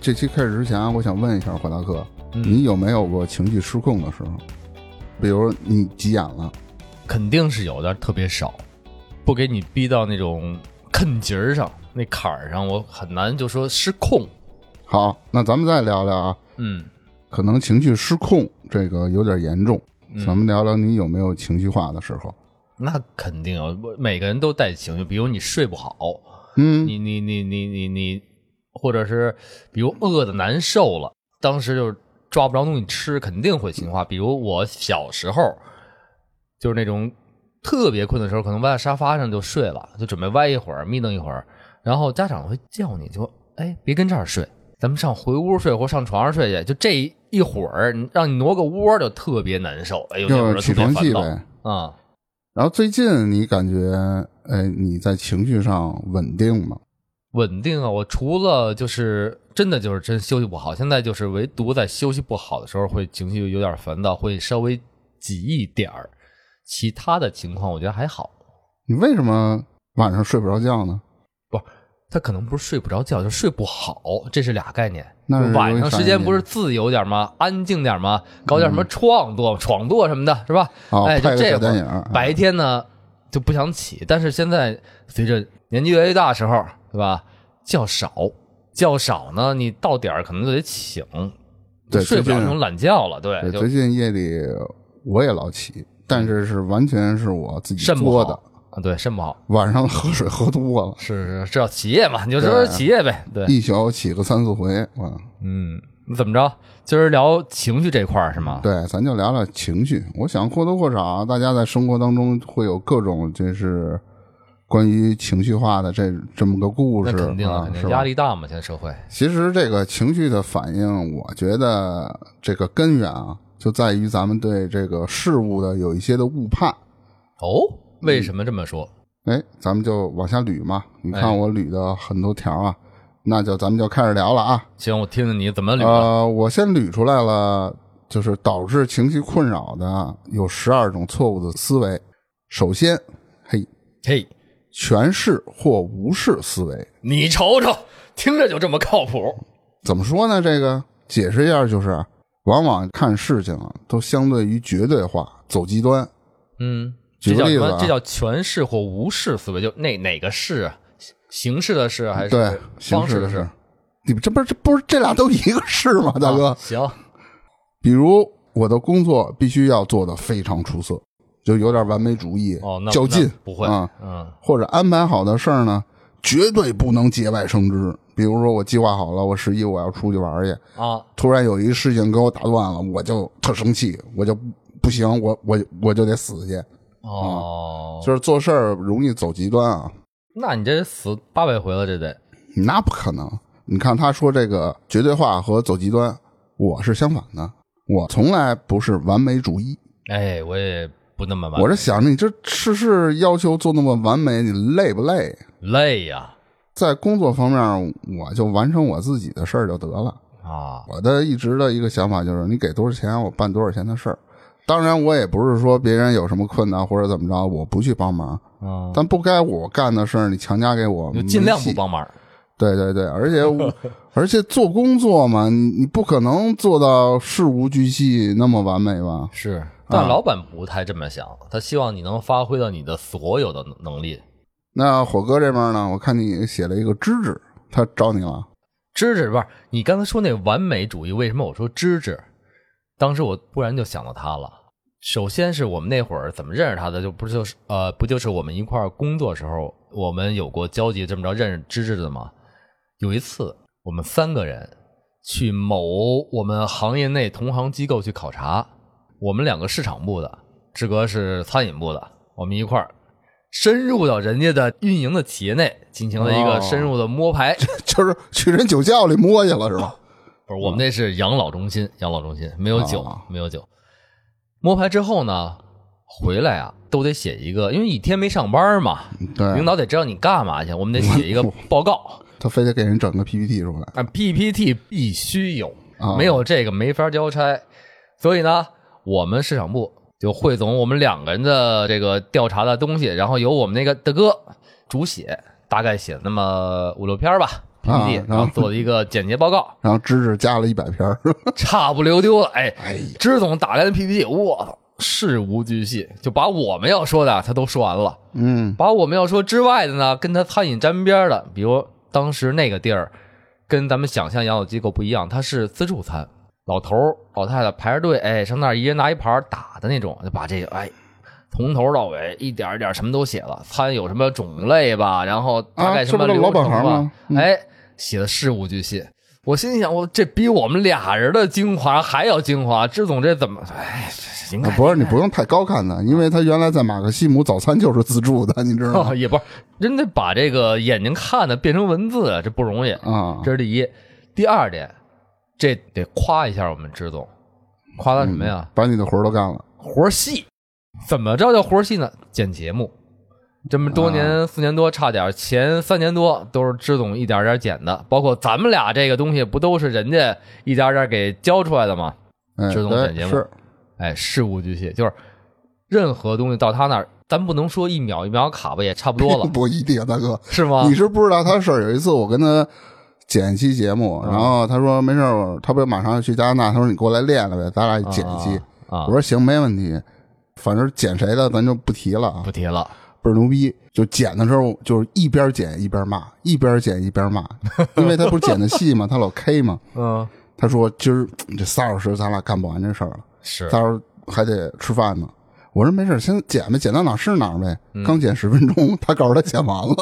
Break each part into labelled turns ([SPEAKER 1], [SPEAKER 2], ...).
[SPEAKER 1] 这期开始之前啊，我想问一下火大哥，
[SPEAKER 2] 嗯
[SPEAKER 1] 你有没有过情绪失控的时候？比如你急眼了，
[SPEAKER 2] 肯定是有，但是特别少，不给你逼到那种坎节儿上、那坎儿上，我很难就说失控。
[SPEAKER 1] 好，那咱们再聊聊啊，
[SPEAKER 2] 嗯，
[SPEAKER 1] 可能情绪失控这个有点严重，
[SPEAKER 2] 嗯
[SPEAKER 1] 咱们聊聊你有没有情绪化的时候？
[SPEAKER 2] 那肯定啊，我每个人都带情绪，比如你睡不好，
[SPEAKER 1] 嗯，
[SPEAKER 2] 你你你你你你，或者是比如饿的难受了，当时就是抓不着东西吃，肯定会情绪化。比如我小时候，就是那种特别困的时候，可能歪在沙发上就睡了，就准备歪一会儿，眯瞪一会儿，然后家长会叫你就说：“哎，别跟这儿睡，咱们上回屋睡或上床上睡去。”就这一会儿，你让你挪个窝就特别难受，哎呦，那会
[SPEAKER 1] 就
[SPEAKER 2] 儿
[SPEAKER 1] 是
[SPEAKER 2] 就
[SPEAKER 1] 起
[SPEAKER 2] 特别
[SPEAKER 1] 床气
[SPEAKER 2] 烦躁
[SPEAKER 1] 呗。
[SPEAKER 2] 啊、
[SPEAKER 1] 然后最近你感觉，哎，你在情绪上稳定吗？
[SPEAKER 2] 稳定啊！我除了就是真的就是真休息不好，现在就是唯独在休息不好的时候会情绪有点烦躁，会稍微挤一点儿。其他的情况我觉得还好，
[SPEAKER 1] 你为什么晚上睡不着觉呢？
[SPEAKER 2] 他可能不是睡不着觉，就睡不好，这是俩概念。
[SPEAKER 1] 那是
[SPEAKER 2] 就晚
[SPEAKER 1] 有
[SPEAKER 2] 上
[SPEAKER 1] 啥
[SPEAKER 2] 时
[SPEAKER 1] 原
[SPEAKER 2] 间
[SPEAKER 1] 因
[SPEAKER 2] 不是自由点吗？安静点吗？搞点什
[SPEAKER 1] 嗯
[SPEAKER 2] 么创作、闯舵什么的，是吧？
[SPEAKER 1] 哦，
[SPEAKER 2] 哎，
[SPEAKER 1] 拍
[SPEAKER 2] 就
[SPEAKER 1] 个
[SPEAKER 2] 这
[SPEAKER 1] 小
[SPEAKER 2] 会
[SPEAKER 1] 电
[SPEAKER 2] 儿
[SPEAKER 1] 影儿，
[SPEAKER 2] 白天呢就不想起，但是现在随着年纪越来越大时候，对吧？觉少，觉少呢，你到点儿可能就得请，
[SPEAKER 1] 对
[SPEAKER 2] 睡不
[SPEAKER 1] 最
[SPEAKER 2] 了
[SPEAKER 1] 近
[SPEAKER 2] 那种懒觉了，对，
[SPEAKER 1] 对，
[SPEAKER 2] 就
[SPEAKER 1] 最近夜里我也老起，但是是完全是我自己
[SPEAKER 2] 肾不
[SPEAKER 1] 作
[SPEAKER 2] 好
[SPEAKER 1] 的。
[SPEAKER 2] 啊，对，肾不好，
[SPEAKER 1] 晚上喝水喝多了，
[SPEAKER 2] 是是是要起夜嘛，你就说
[SPEAKER 1] 对
[SPEAKER 2] 起夜呗，对，
[SPEAKER 1] 一宿起个三四回。哇，
[SPEAKER 2] 嗯，那怎么着？今儿聊情绪这块儿是吗？
[SPEAKER 1] 对，咱就聊聊情绪。我想或多或少，大家在生活当中会有各种就是关于情绪化的这这么个故
[SPEAKER 2] 那
[SPEAKER 1] 事，
[SPEAKER 2] 肯定
[SPEAKER 1] 啊
[SPEAKER 2] 肯，
[SPEAKER 1] 是
[SPEAKER 2] 定，
[SPEAKER 1] 吧
[SPEAKER 2] 压？力大嘛，现在社会，
[SPEAKER 1] 其实这个情绪的反应，我觉得这个根源啊，就在于咱们对这个事物的有一些的误判。
[SPEAKER 2] 哦，
[SPEAKER 1] 嗯
[SPEAKER 2] 为什么这么说？
[SPEAKER 1] 哎，咱们就往下捋嘛。你
[SPEAKER 2] 哎
[SPEAKER 1] 看我捋的很多条啊，那就咱们就开始聊了啊。
[SPEAKER 2] 行，我听听你怎么捋吧。
[SPEAKER 1] 呃，我先捋出来了，就是导致情绪困扰的有十二种错误的思维。首先，嘿，
[SPEAKER 2] 嘿，
[SPEAKER 1] 全是或无视思维，
[SPEAKER 2] 你瞅瞅，听着就这么靠谱。
[SPEAKER 1] 怎么说呢？这个解释一下，就是往往看事情啊，都相对于绝对化，走极端。
[SPEAKER 2] 嗯，
[SPEAKER 1] 举
[SPEAKER 2] 这
[SPEAKER 1] 个
[SPEAKER 2] 叫
[SPEAKER 1] 例
[SPEAKER 2] 什
[SPEAKER 1] 子啊
[SPEAKER 2] 么？这叫全式或无式思维，就哪哪个式啊？形形式的式还是
[SPEAKER 1] 对，形
[SPEAKER 2] 方
[SPEAKER 1] 式
[SPEAKER 2] 式
[SPEAKER 1] 的
[SPEAKER 2] 式
[SPEAKER 1] 是？，你们这不是这不是这俩都一个是吗，大哥？
[SPEAKER 2] 啊行，
[SPEAKER 1] 比如我的工作必须要做得非常出色，就有点完美主义，
[SPEAKER 2] 哦，那
[SPEAKER 1] 较劲
[SPEAKER 2] 那不会
[SPEAKER 1] 啊、
[SPEAKER 2] 嗯，
[SPEAKER 1] 或者安排好的事儿呢，绝对不能节外生枝。比如说我计划好了，我十一我要出去玩儿去，
[SPEAKER 2] 啊，
[SPEAKER 1] 突然有一事情给我打断了，我就特生气，我就不行，我我我就得死去。
[SPEAKER 2] 哦，
[SPEAKER 1] 就是做事儿容易走极端啊，
[SPEAKER 2] 那你这死八百回了，这得
[SPEAKER 1] 那不可能。你看他说这个绝对化和走极端，我是相反的，我从来不是完美主义。
[SPEAKER 2] 哎，我也不那么完美，
[SPEAKER 1] 我是想着你这事事要求做那么完美，你累不累？
[SPEAKER 2] 累呀
[SPEAKER 1] 在工作方面，我就完成我自己的事儿就得了。
[SPEAKER 2] 啊，
[SPEAKER 1] 我的一直的一个想法就是，你给多少钱，我办多少钱的事儿。当然，我也不是说别人有什么困难或者怎么着，我不去帮忙。
[SPEAKER 2] 嗯，
[SPEAKER 1] 但不该我干的事儿，你强加给我，
[SPEAKER 2] 就尽量
[SPEAKER 1] 没
[SPEAKER 2] 不
[SPEAKER 1] 戏。
[SPEAKER 2] 帮忙。
[SPEAKER 1] 对对对，而且 我而且做工作嘛，你你不可能做到事无巨细那么完美吧？
[SPEAKER 2] 是，
[SPEAKER 1] 啊
[SPEAKER 2] 但老板不太这么想，他希望你能发挥到你的所有的能力。
[SPEAKER 1] 那火哥这边呢？我看你写了一个芝芝，他找你了。
[SPEAKER 2] 知识不是你刚才说那完美主义，为什么我说知识？当时我突然就想到他了。首先是我们那会儿怎么认识他的，就不就是呃，不就是我们一块儿工作时候，我们有过交集，这么着认识芝芝的吗？有一次，我们三个人去某我们行业内同行机构去考察，我们两个市场部的，志哥是餐饮部的，我们一块儿深入到人家的运营的企业内进行了一个
[SPEAKER 3] 哦
[SPEAKER 2] 深入的摸排。
[SPEAKER 1] 就是去人酒窖里摸去了
[SPEAKER 2] 哦
[SPEAKER 1] 是吧？
[SPEAKER 2] 不是，我们那是养老中心，养老中心没有酒，
[SPEAKER 1] 啊
[SPEAKER 2] 没有酒。摸排之后呢，回来啊都得写一个，因为一天没上班嘛，
[SPEAKER 1] 对，
[SPEAKER 2] 领导得知道你干嘛去，我们得写一
[SPEAKER 1] 嗯
[SPEAKER 2] 个报告。
[SPEAKER 1] 他非得给人整个 PPT 出来。
[SPEAKER 2] 啊，PPT 必须有
[SPEAKER 1] 啊，
[SPEAKER 2] 没有这个没法交差。所以呢，我们市场部就汇总我们两个人的这个调查的东西，然后由我们那个的哥主写，大概写那么五六篇儿吧。
[SPEAKER 1] 啊
[SPEAKER 2] PPT，
[SPEAKER 1] 然
[SPEAKER 2] 然
[SPEAKER 1] 后，
[SPEAKER 2] 后做了一个简洁报告
[SPEAKER 1] 然后芝芝加了一百篇儿，
[SPEAKER 2] 差不溜丢了。哎，
[SPEAKER 1] 哎呀，
[SPEAKER 2] 支总打来的 PPT，我操，事无巨细，就把我们要说的他都说完了。
[SPEAKER 1] 嗯，
[SPEAKER 2] 把我们要说之外的呢，跟他餐饮沾边儿的，比如当时那个地儿，跟咱们想象养老机构不一样，它是自助餐，老头儿老太太排着队，哎，上那儿一人拿一盘儿打的那种，就把这个哎。从头到尾一点儿一点儿什么都写了，餐有什么种类吧，然后大概什么
[SPEAKER 1] 啊这不
[SPEAKER 2] 流
[SPEAKER 1] 是老
[SPEAKER 2] 程吧，
[SPEAKER 1] 本行吗嗯
[SPEAKER 2] 哎，写的事无巨细。我心想，我这比我们俩人的精华还要精华，支总这怎么？哎，这这应该
[SPEAKER 1] 啊不是你不用太高看他，因为他原来在马克西姆早餐就是自助的，你知道吗？
[SPEAKER 2] 也不是，人得把这个眼睛看的变成文字，这不容易。
[SPEAKER 1] 啊，
[SPEAKER 2] 这是第一，第二点，这得夸一下我们支总，夸他什么呀？
[SPEAKER 1] 把你嗯的活儿都干了，
[SPEAKER 2] 活儿细，怎么着叫活儿细呢？剪节目，这么多年、
[SPEAKER 1] 啊
[SPEAKER 2] 四年多，差点儿前三年多都是支总一点儿点儿剪的，包括咱们俩这个东西不都是人家一点儿点儿给教出来的吗？
[SPEAKER 1] 哎，
[SPEAKER 2] 自动剪节
[SPEAKER 1] 对
[SPEAKER 2] 目
[SPEAKER 1] 是
[SPEAKER 2] 哎，事无巨细，就是任何东西到他那儿，咱不能说一秒一秒卡吧，也差不多 了，啊
[SPEAKER 1] 不一定，啊大 哥，
[SPEAKER 2] 是吗？
[SPEAKER 1] 你是不知道他的事儿。有一次我跟他剪一期节目，
[SPEAKER 2] 啊
[SPEAKER 1] 然后他说没事儿，他不是马上要去加拿大，他说你过来练练呗，咱俩剪一期。
[SPEAKER 2] 啊
[SPEAKER 1] 我，说行，没问题，反正剪谁的咱就不提了啊
[SPEAKER 2] 不，提了。
[SPEAKER 1] 倍儿牛逼。就剪的时候就是一边剪一边骂，一边剪一边 骂，因为他不是剪的细嘛，他老 K 嘛。
[SPEAKER 2] 嗯，
[SPEAKER 1] 他说今儿这仨小时咱俩干不完这事儿了，
[SPEAKER 2] 是
[SPEAKER 1] 到时候还得吃饭呢。我说没事儿，先剪呗，剪到哪儿是哪儿呗。
[SPEAKER 2] 嗯
[SPEAKER 1] 刚剪十分钟，他告诉他剪完了。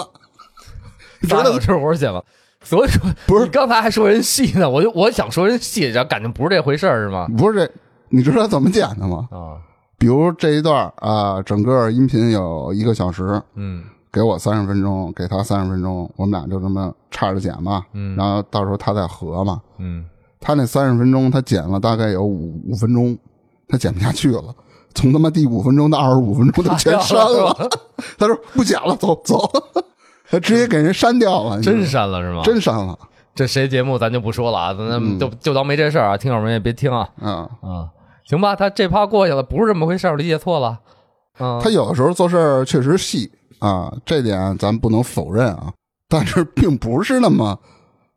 [SPEAKER 2] 大小事活写了。所以说，
[SPEAKER 1] 不是
[SPEAKER 2] 你刚才还说人细呢，我就我想说人细，然后感觉不是这回事儿是吗？
[SPEAKER 1] 不是这，你知道怎么剪的吗？
[SPEAKER 2] 啊，
[SPEAKER 1] 比如这一段儿啊、整个音频有一个小时，
[SPEAKER 2] 嗯
[SPEAKER 1] 给我三十分钟，给他三十分钟，我们俩就这么差着剪吧。
[SPEAKER 2] 嗯
[SPEAKER 1] 然后到时候他再合嘛。
[SPEAKER 2] 嗯，
[SPEAKER 1] 他那三十分钟，他剪了大概有五五分钟，他剪不下去了， 从他妈第五分钟到二十五分钟，他全删了。
[SPEAKER 2] 哎
[SPEAKER 1] 他说不剪了，走走， 他直接给人删掉了，你知道
[SPEAKER 2] 真
[SPEAKER 1] 吗
[SPEAKER 2] 删了是吗？
[SPEAKER 1] 嗯真嗯删了，
[SPEAKER 2] 这谁节目咱就不说了啊，咱咱就就当没这事儿啊，听友们也别听啊
[SPEAKER 1] 嗯。
[SPEAKER 2] 啊，行吧，他这趴过去了，不是这么回事儿，我理解错了。嗯
[SPEAKER 1] 他有的时候做事儿确实细啊，这点咱不能否认啊，但是并不是那么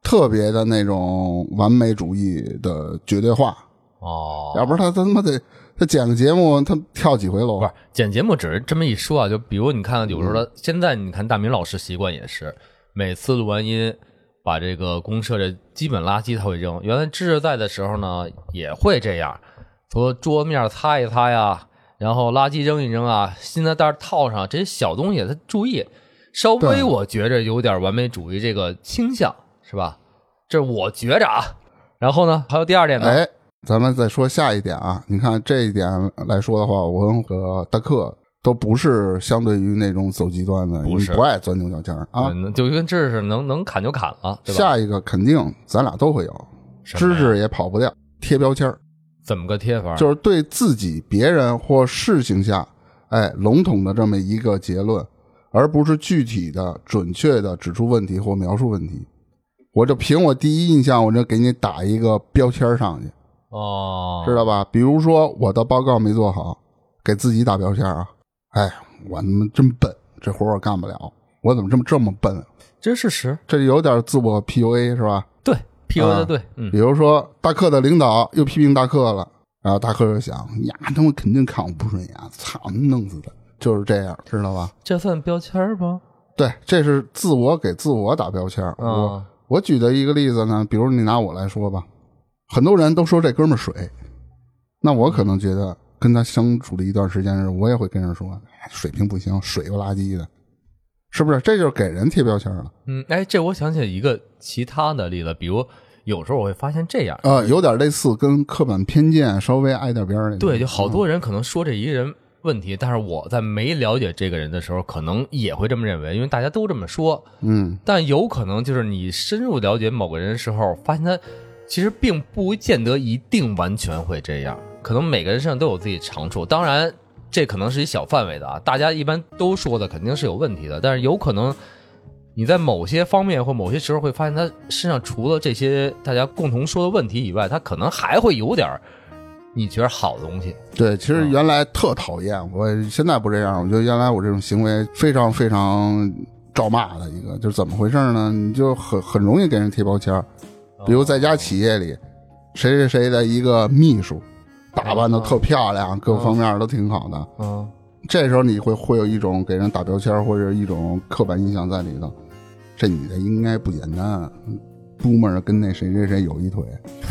[SPEAKER 1] 特别的那种完美主义的绝对化，
[SPEAKER 2] 哦，
[SPEAKER 1] 要不然他他他妈得他剪个节目，他跳几回楼
[SPEAKER 2] 不是剪节目只是这么一说啊，就比如你看，有时
[SPEAKER 1] 嗯
[SPEAKER 2] 候现在你看大明老师习惯也是，每次录完音把这个公社的基本垃圾他会扔。原来芝芝在的时候呢，也会这样，说桌面擦一擦呀，然后垃圾扔一扔啊，新的袋儿套上这些小东西，他注意。稍
[SPEAKER 1] 对
[SPEAKER 2] 微我觉着有点完美主义这个倾向，是吧？这我觉着啊。然后呢，还有第二点呢，
[SPEAKER 1] 哎，咱们再说下一点啊，你看这一点来说的话，我跟和大克都不是相对于那种走极端的，
[SPEAKER 2] 不是
[SPEAKER 1] 你不爱钻牛角尖儿啊。
[SPEAKER 2] 嗯就跟这是能能砍就砍了，对吧？
[SPEAKER 1] 下一个肯定咱俩都会有，
[SPEAKER 2] 什
[SPEAKER 1] 知
[SPEAKER 2] 么呀啊
[SPEAKER 1] 识也跑不掉，贴标签儿。
[SPEAKER 2] 怎么个贴法？
[SPEAKER 1] 就是对自己、别人或事情下，哎，笼统的这么一个结论，而不是具体的、准确的指出问题或描述问题。我就凭我第一印象，我就给你打一个标签上去，
[SPEAKER 2] 哦，
[SPEAKER 1] 知道吧？比如说我的报告没做好，给自己打标签啊，哎，我他妈真笨，这活儿我干不了，我怎么这么这么笨？
[SPEAKER 2] 这是实，
[SPEAKER 1] 这有点自我 PUA 是吧？
[SPEAKER 2] 对 P U
[SPEAKER 1] 啊
[SPEAKER 2] 的对，嗯
[SPEAKER 1] 比，如说大克的领导又批评大克了，然后大克就想，呀，他们肯定看我不顺眼，操，弄死他，就是这样，知道吧？
[SPEAKER 2] 这算标签儿吗？
[SPEAKER 1] 对，这是自我给自我打标签儿。我
[SPEAKER 2] 啊，
[SPEAKER 1] 我举的一个例子呢，比如你拿我来说吧，很多人都说这哥们儿水，那我可能觉得跟他相处了一段时间时，我也会跟人说，哎水平不行，水又垃圾的，是不是？这就是给人贴标签了
[SPEAKER 2] 嗯，哎，这我想起一个其他的例子，比如有时候我会发现这样，
[SPEAKER 1] 啊、有点类似跟刻板偏见稍微挨点边儿那种。
[SPEAKER 2] 对，就好多人可能说这一个人问题，但是我在没了解这个人的时候，可能也会这么认为，因为大家都这么说。
[SPEAKER 1] 嗯，
[SPEAKER 2] 但有可能就是你深入了解某个人的时候，发现他其实并不见得一定完全会这样，可能每个人身上都有自己长处。当然，这可能是一小范围的啊，大家一般都说的肯定是有问题的，但是有可能你在某些方面或某些时候会发现他身上除了这些大家共同说的问题以外，他可能还会有点儿你觉得好的东西。
[SPEAKER 1] 对，其实原来特讨厌，我现在不这样。我觉得原来我这种行为非常非常招骂的一个，就是怎么回事呢？你就很很容易给人贴标签儿，比如在家企业里，谁谁谁的一个秘书，打扮的特漂亮，各方面都挺好的。
[SPEAKER 2] 嗯，
[SPEAKER 1] 这时候你会会有一种给人打标签儿或者一种刻板印象在里头，这女的应该不简单，哥们儿跟那谁谁谁有一腿。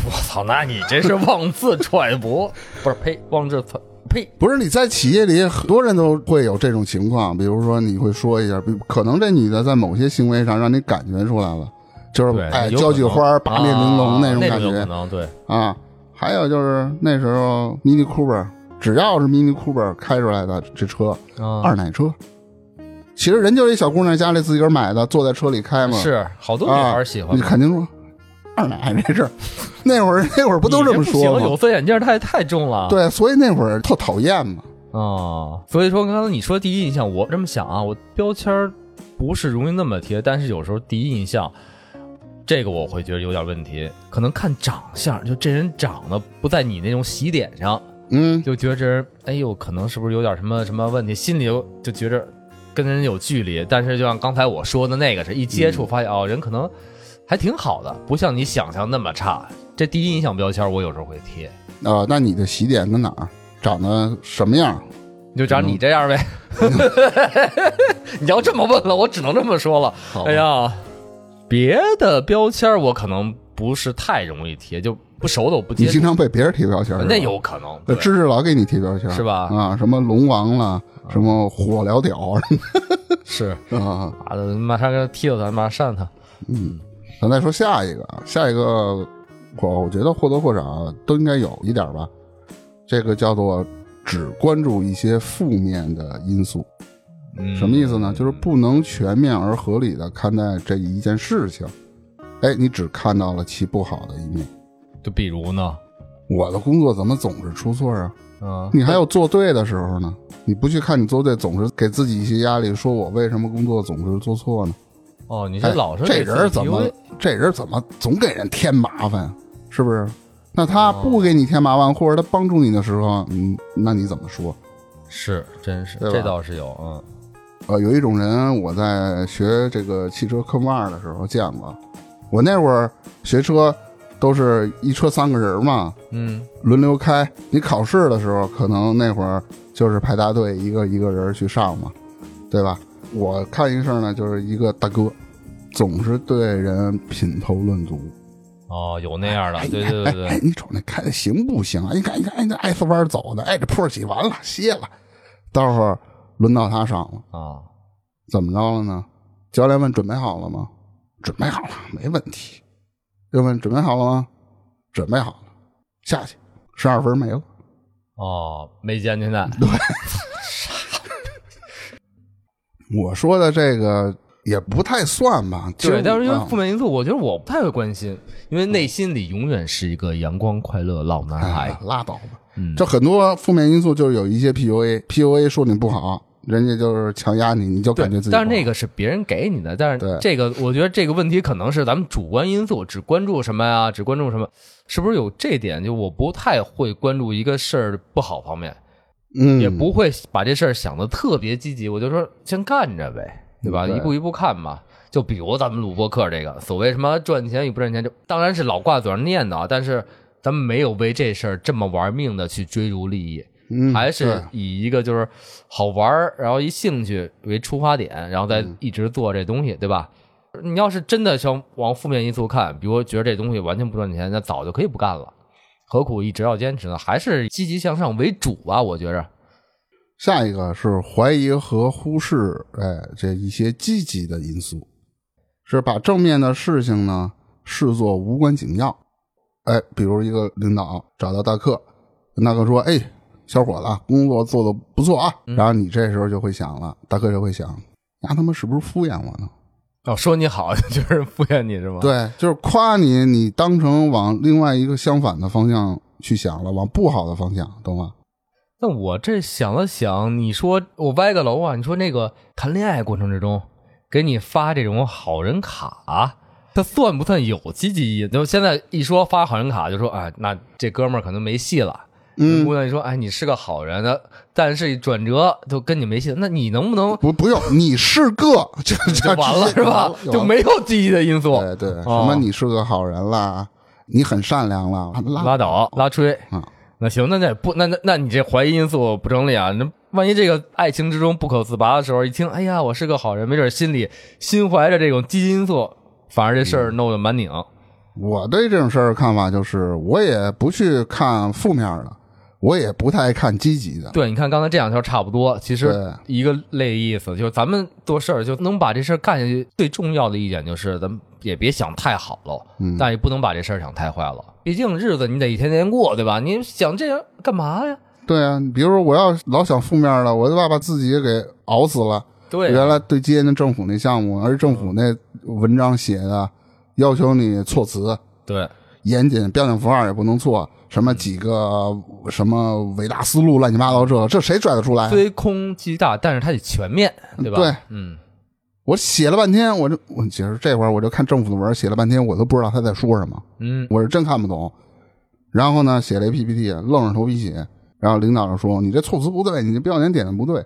[SPEAKER 2] 我操，那你这是妄自揣摩， 不是呸，妄自揣呸。
[SPEAKER 1] 不是你在企业里，很多人都会有这种情况，比如说你会说一下，比可能这女的在某些行为上让你感觉出来了，就是
[SPEAKER 2] 对，
[SPEAKER 1] 哎
[SPEAKER 2] 有
[SPEAKER 1] 交
[SPEAKER 2] 可
[SPEAKER 1] 际
[SPEAKER 2] 能
[SPEAKER 1] 花、八面玲珑
[SPEAKER 2] 啊
[SPEAKER 1] 种
[SPEAKER 2] 那
[SPEAKER 1] 感
[SPEAKER 2] 有可
[SPEAKER 1] 觉
[SPEAKER 2] 能对，
[SPEAKER 1] 啊。还有就是那时候 Mini Cooper，只要是 Mini Cooper 开出来的这车，
[SPEAKER 2] 啊，
[SPEAKER 1] 二奶车，其实人就是一小姑娘家里自个儿买的，坐在车里开嘛，
[SPEAKER 2] 是好多女
[SPEAKER 1] 啊
[SPEAKER 2] 孩喜欢
[SPEAKER 1] 你。看清楚，二奶这事儿，那会儿那会儿不都
[SPEAKER 2] 你
[SPEAKER 1] 这
[SPEAKER 2] 这
[SPEAKER 1] 么
[SPEAKER 2] 不行
[SPEAKER 1] 说吗
[SPEAKER 2] 有？色眼镜太太重了。
[SPEAKER 1] 对，所以那会儿特讨厌嘛。
[SPEAKER 2] 啊，所以说刚才你说第一印象，我这么想啊，我标签儿不是容易那么贴，但是有时候第一印象，这个我会觉得有点问题，可能看长相，就这人长得不在你那种喜点上，
[SPEAKER 1] 嗯，
[SPEAKER 2] 就觉得这人，哎呦，可能是不是有点什么什么问题，心里就就觉着跟人有距离。但是就像刚才我说的那个是，一接
[SPEAKER 1] 嗯
[SPEAKER 2] 触发现、哦，人可能还挺好的，不像你想象那么差。这第一印象标签，我有时候会贴，
[SPEAKER 1] 啊、那你的喜点在哪儿？长得什么样？
[SPEAKER 2] 你就
[SPEAKER 1] 嗯
[SPEAKER 2] 长你这样呗。 你要这么问了，我只能这么说了。
[SPEAKER 1] 好
[SPEAKER 2] 哎呀，别的标签我可能不是太容易贴，就不熟的我不
[SPEAKER 1] 你
[SPEAKER 2] 接
[SPEAKER 1] 经
[SPEAKER 2] 触，
[SPEAKER 1] 常被别人贴标签儿是吧，啊
[SPEAKER 2] 那有可能。
[SPEAKER 1] 那
[SPEAKER 2] 对
[SPEAKER 1] 知识老给你贴标签儿
[SPEAKER 2] 是吧
[SPEAKER 1] 啊，什么龙王了，什么火燎屌
[SPEAKER 2] 是，
[SPEAKER 1] 啊，
[SPEAKER 2] 妈的，马上要踢了他，马上扇他。
[SPEAKER 1] 嗯，咱再说下一个，啊，下一个，我我觉得或多或少都应该有一点儿吧。这个叫做只关注一些负面的因素，
[SPEAKER 2] 嗯
[SPEAKER 1] 什么意思呢？就是不能全面而合理的看待这一件事情。哎，你只看到了其不好的一面。
[SPEAKER 2] 就比如呢，
[SPEAKER 1] 我的工作怎么总是出错啊？
[SPEAKER 2] 嗯，
[SPEAKER 1] 你还有做对的时候呢，你不去看你做对，总是给自己一些压力，说我为什么工作总是做错呢？
[SPEAKER 2] 哦，你
[SPEAKER 1] 哎
[SPEAKER 2] 这老是
[SPEAKER 1] 这
[SPEAKER 2] 给自
[SPEAKER 1] 人
[SPEAKER 2] 己
[SPEAKER 1] 儿怎么
[SPEAKER 2] PUA
[SPEAKER 1] 这人儿怎么总给人添麻烦，是不是？那他
[SPEAKER 2] 哦
[SPEAKER 1] 不给你添麻烦，或者他帮助你的时候，嗯，那你怎么说？
[SPEAKER 2] 是真是
[SPEAKER 1] 对吧
[SPEAKER 2] 这倒是有，嗯
[SPEAKER 1] 呃，有一种人，我在学这个汽车科目二的时候见过，我那会儿学车都是一车三个人嘛，
[SPEAKER 2] 嗯
[SPEAKER 1] 轮流开。你考试的时候，可能那会儿就是排大队，一个一个人去上嘛，对吧？我看一事儿呢，就是一个大哥，总是对人品头论足。
[SPEAKER 2] 哦，有那样的，
[SPEAKER 1] 哎，
[SPEAKER 2] 对对对
[SPEAKER 1] 哎哎
[SPEAKER 2] 对，，
[SPEAKER 1] 你瞅那开的行不行啊？你看，你看，哎，那 S 弯走的，哎，这坡起完了，歇了。到会儿轮到他上了，
[SPEAKER 2] 啊，
[SPEAKER 1] 怎么着了呢？教练问准备好了吗？准备好了，没问题。又问准备好了吗？准备好了，下去，十二分没了。
[SPEAKER 2] 哦，没见现在，
[SPEAKER 1] 我说的这个也不太算吧，其实
[SPEAKER 2] 对，但是因为
[SPEAKER 1] 啊
[SPEAKER 2] 负面因素，我觉得我不太会关心，因为内心里永远是一个阳光快乐老男
[SPEAKER 1] 哎
[SPEAKER 2] 孩，
[SPEAKER 1] 拉倒吧，
[SPEAKER 2] 嗯
[SPEAKER 1] 这很多负面因素就是有一些 PUA，PUA 说你不好，人家就是强压你，你就
[SPEAKER 2] 对
[SPEAKER 1] 感觉自己不好。
[SPEAKER 2] 但是那个是别人给你的，但
[SPEAKER 1] 对
[SPEAKER 2] 是这个我觉得这个问题可能是咱们主观因素，只关注什么呀？只关注什么？是不是有这点？就我不太会关注一个事儿的不好方面，
[SPEAKER 1] 嗯
[SPEAKER 2] 也不会把这事儿想的特别积极，我就说先干着呗，对吧？
[SPEAKER 1] 嗯对
[SPEAKER 2] 一步一步看嘛。就比如咱们录播客这个，所谓什么赚钱与不赚钱，这当然是老挂嘴上念叨啊，但是咱们没有为这事儿这么玩命的去追逐利益，
[SPEAKER 1] 嗯
[SPEAKER 2] 还是
[SPEAKER 1] 对
[SPEAKER 2] 以一个就是好玩儿，然后以兴趣为出发点，然后再
[SPEAKER 1] 嗯
[SPEAKER 2] 一直做这东西，对吧？你要是真的想往负面因素看，比如觉得这东西完全不赚钱，那早就可以不干了，何苦一直要坚持呢？还是积极向上为主吧，我觉着。
[SPEAKER 1] 下一个是怀疑和忽视，哎，这一些积极的因素，是把正面的事情呢视作无关紧要。哎，比如一个领导找到大课，跟大课说：“哎，小伙子工作做的不错啊。
[SPEAKER 2] 嗯
[SPEAKER 1] 然后你这时候就会想了，大哥就会想，呀他妈是不是敷衍我呢？
[SPEAKER 2] 哦，说你好 就是敷衍你是吗？，
[SPEAKER 1] 对，就是夸你，你当成往另外一个相反的方向去想了，往不好的方向，懂吗？
[SPEAKER 2] 那我这想了想，你说我歪个楼啊？你说那个谈恋爱过程之中，给你发这种好人卡，它算不算有积极意义？就现在一说发好人卡，就说啊、哎，那这哥们儿可能没戏了。
[SPEAKER 1] 嗯
[SPEAKER 2] 姑，娘，你说哎，你是个好人，那但是一转折就跟你没戏了。那你能不能
[SPEAKER 1] 不不用，你是个就
[SPEAKER 2] 就
[SPEAKER 1] 就
[SPEAKER 2] 完了
[SPEAKER 1] 直接
[SPEAKER 2] 是吧？就
[SPEAKER 1] 完了
[SPEAKER 2] 没有积极的因素，
[SPEAKER 1] 对对，什
[SPEAKER 2] 哦
[SPEAKER 1] 么你是个好人啦，你很善良啦，拉
[SPEAKER 2] 拉倒拉吹
[SPEAKER 1] 嗯。
[SPEAKER 2] 那行，那那也不那那那你这怀疑因素不成立啊？那万一这个爱情之中不可自拔的时候，一听，哎呀，我是个好人，没准心里心怀着这种积极因素，反而这事儿
[SPEAKER 1] 嗯
[SPEAKER 2] 弄得蛮拧。
[SPEAKER 1] 我对这种事儿看法就是，我也不去看负面的，我也不太看积极的。
[SPEAKER 2] 对，你看刚才这两条差不多，其实
[SPEAKER 1] 对
[SPEAKER 2] 一个类意思，就是咱们做事儿就能把这事儿干下去。最重要的一点就是，咱们也别想太好了，
[SPEAKER 1] 嗯
[SPEAKER 2] 但也不能把这事儿想太坏了。毕竟日子你得一天天过，对吧？你想这样干嘛呀？
[SPEAKER 1] 对啊，你比如说我要老想负面的，我就把把自己也给熬死了。
[SPEAKER 2] 对啊，
[SPEAKER 1] 原来对接那政府那项目，而政府那文章写的要求你措辞
[SPEAKER 2] 对，
[SPEAKER 1] 严谨，标点符号也不能错，什么几个什么伟大思路，乱七八糟这这谁拽得出来啊？
[SPEAKER 2] 虽空极大，但是它得全面，对吧？
[SPEAKER 1] 对
[SPEAKER 2] 嗯，我
[SPEAKER 1] 我写了半天，我这我其实这会儿我就看政府的文儿，写了半天，我都不知道他在说什么。
[SPEAKER 2] 嗯，
[SPEAKER 1] 我是真看不懂。然后呢，写了一 PPT，愣着头皮写。然后领导就说：“你这措辞不对，你这标点点的不对。”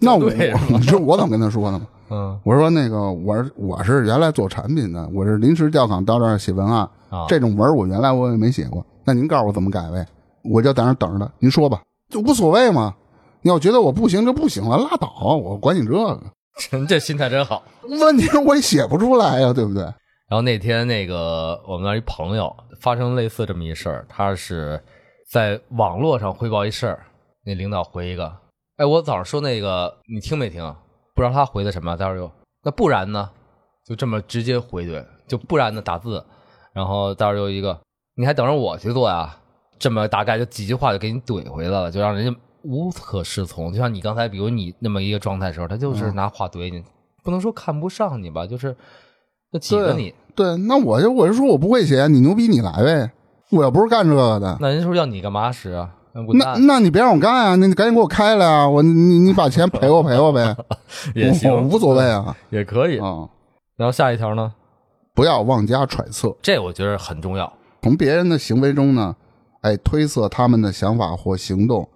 [SPEAKER 1] 那我，
[SPEAKER 2] 对啊是
[SPEAKER 1] 你知道我怎么跟他说的吗？
[SPEAKER 2] 嗯
[SPEAKER 1] 我说那个，我是我是原来做产品的，我是临时调岗到这儿写文案，
[SPEAKER 2] 啊，
[SPEAKER 1] 这种文儿我原来我也没写过。那您告诉我怎么改呗？我就在那儿等着呢。您说吧，就无所谓嘛。你要觉得我不行就不行了，拉倒，我管你这个。
[SPEAKER 2] 这这心态真好。
[SPEAKER 1] 问题是我也写不出来呀、对不对？
[SPEAKER 2] 然后那天那个我们那儿一朋友发生类似这么一事儿，他是在网络上汇报一事儿，那领导回一个，哎，我早上说那个你听没听？不知道他回的什么，待会儿又那不然呢？就这么直接回怼，就不然呢打字，然后待会儿又一个，你还等着我去做呀？这么大概就几句话就给你怼回来了，就让人家无所适从。就像你刚才，比如你那么一个状态的时候，他就是拿话怼你，不能说看不上你吧，就是就挤
[SPEAKER 1] 对
[SPEAKER 2] 着
[SPEAKER 1] 啊
[SPEAKER 2] 你。
[SPEAKER 1] 对，那我就我就说我不会写，你牛逼你来呗，我又不是干这个的。
[SPEAKER 2] 那人说要你干嘛使啊？那滚
[SPEAKER 1] 那
[SPEAKER 2] 蛋
[SPEAKER 1] 那你别让我干啊，你你赶紧给我开来啊，我你你把钱赔我赔我呗，
[SPEAKER 2] 也行，
[SPEAKER 1] 我无所谓，啊
[SPEAKER 2] 也可以。
[SPEAKER 1] 啊、
[SPEAKER 2] 然后下一条呢？
[SPEAKER 1] 不要妄加揣测，
[SPEAKER 2] 这我觉得很重要。
[SPEAKER 1] 从别人的行为中呢，哎，推测他们的想法或行动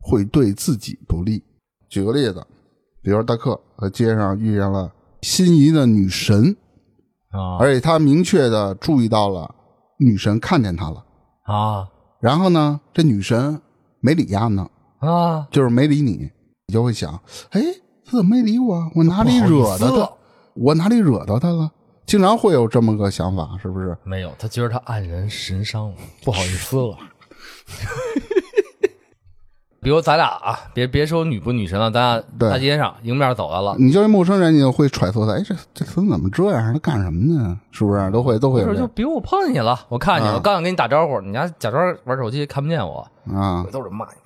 [SPEAKER 1] 会对自己不利。举个例子，比如大克在街上遇见了心仪的女神，
[SPEAKER 2] 啊
[SPEAKER 1] 而且他明确的注意到了女神看见他了。
[SPEAKER 2] 啊
[SPEAKER 1] 然后呢，这女神没理丫呢，
[SPEAKER 2] 啊！
[SPEAKER 1] 就是没理你，你就会想，哎，她怎么没理我啊？我哪里惹
[SPEAKER 2] 不好
[SPEAKER 1] 到
[SPEAKER 2] 意思
[SPEAKER 1] 她
[SPEAKER 2] 了？
[SPEAKER 1] 我哪里惹到她了？经常会有这么个想法，是不是？
[SPEAKER 2] 没有，他觉得他黯然神伤了，不好意思了。 比如咱俩啊，别别说女不女神了，咱
[SPEAKER 1] 对
[SPEAKER 2] 俩大街上迎面走来了，
[SPEAKER 1] 你就是陌生人，你就会揣测他，哎，这这孙子怎么这样？他干什么呢？是不是？都会都会
[SPEAKER 2] 或
[SPEAKER 1] 有
[SPEAKER 2] 者
[SPEAKER 1] 这
[SPEAKER 2] 就比如我碰你了，我看你了，
[SPEAKER 1] 啊
[SPEAKER 2] 我刚想跟你打招呼，你家假装玩手机看不见 我，
[SPEAKER 1] 啊
[SPEAKER 2] 回。头我就骂你，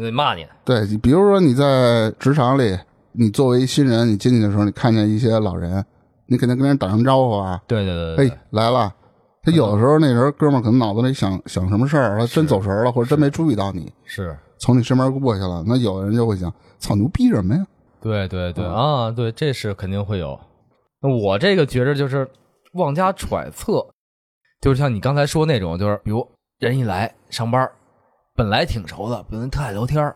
[SPEAKER 2] 得骂你，
[SPEAKER 1] 对，你比如说你在职场里，你作为新人，你进去的时候，你看见一些老人，你肯定跟人打声招呼啊，
[SPEAKER 2] 对对对对
[SPEAKER 1] 哎
[SPEAKER 2] 对，，
[SPEAKER 1] 来了。他有的时候那人哥们儿可能脑子里想想什么事儿，他真走神儿了，或者真没注意到你，
[SPEAKER 2] 是。
[SPEAKER 1] 从你身边过去了，那有的人就会想：操，牛逼什么呀？
[SPEAKER 2] 对对对啊，对，这是肯定会有。那我这个觉着就是妄加揣测，就是像你刚才说那种，就是比如人一来上班儿，本来挺熟的，本来特爱聊天儿，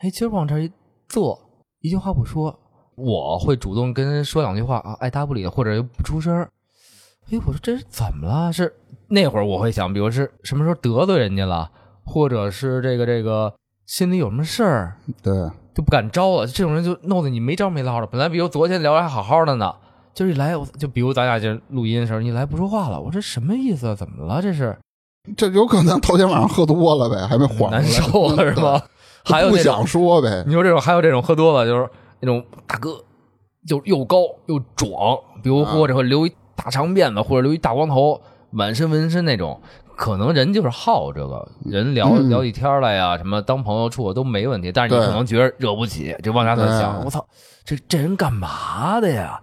[SPEAKER 2] 哎，今儿往这儿一坐，一句话不说，我会主动跟人说两句话啊，爱搭不理，或者又不出声儿。哎，我说这是怎么了？是那会儿我会想，比如是什么时候得罪人家了，或者是这个这个心里有什么事儿，
[SPEAKER 1] 对，
[SPEAKER 2] 就不敢招了。这种人就弄得你没招没落的。本来比如昨天聊得还好好的呢，就是一来我就比如咱俩这录音的时候，你来不说话了，我说什么意思啊？怎么了？这是
[SPEAKER 1] 这有可能头天晚上喝多了呗，还没缓过来，
[SPEAKER 2] 难受了是 吗？
[SPEAKER 1] 对？
[SPEAKER 2] 还有
[SPEAKER 1] 不
[SPEAKER 2] 那种
[SPEAKER 1] 想说呗，
[SPEAKER 2] 你说这种还有这种喝多了就是那种大哥，就又高又壮，比如
[SPEAKER 1] 啊
[SPEAKER 2] 或者会留一大长辫子，或者留一大光头，满身纹身那种，可能人就是好这个，人聊、
[SPEAKER 1] 嗯
[SPEAKER 2] 聊起天儿来呀，什么当朋友处都没问题。但是你
[SPEAKER 1] 对
[SPEAKER 2] 可能觉得惹不起，就往下头想，
[SPEAKER 1] 对
[SPEAKER 2] 我操，这这人干嘛的呀？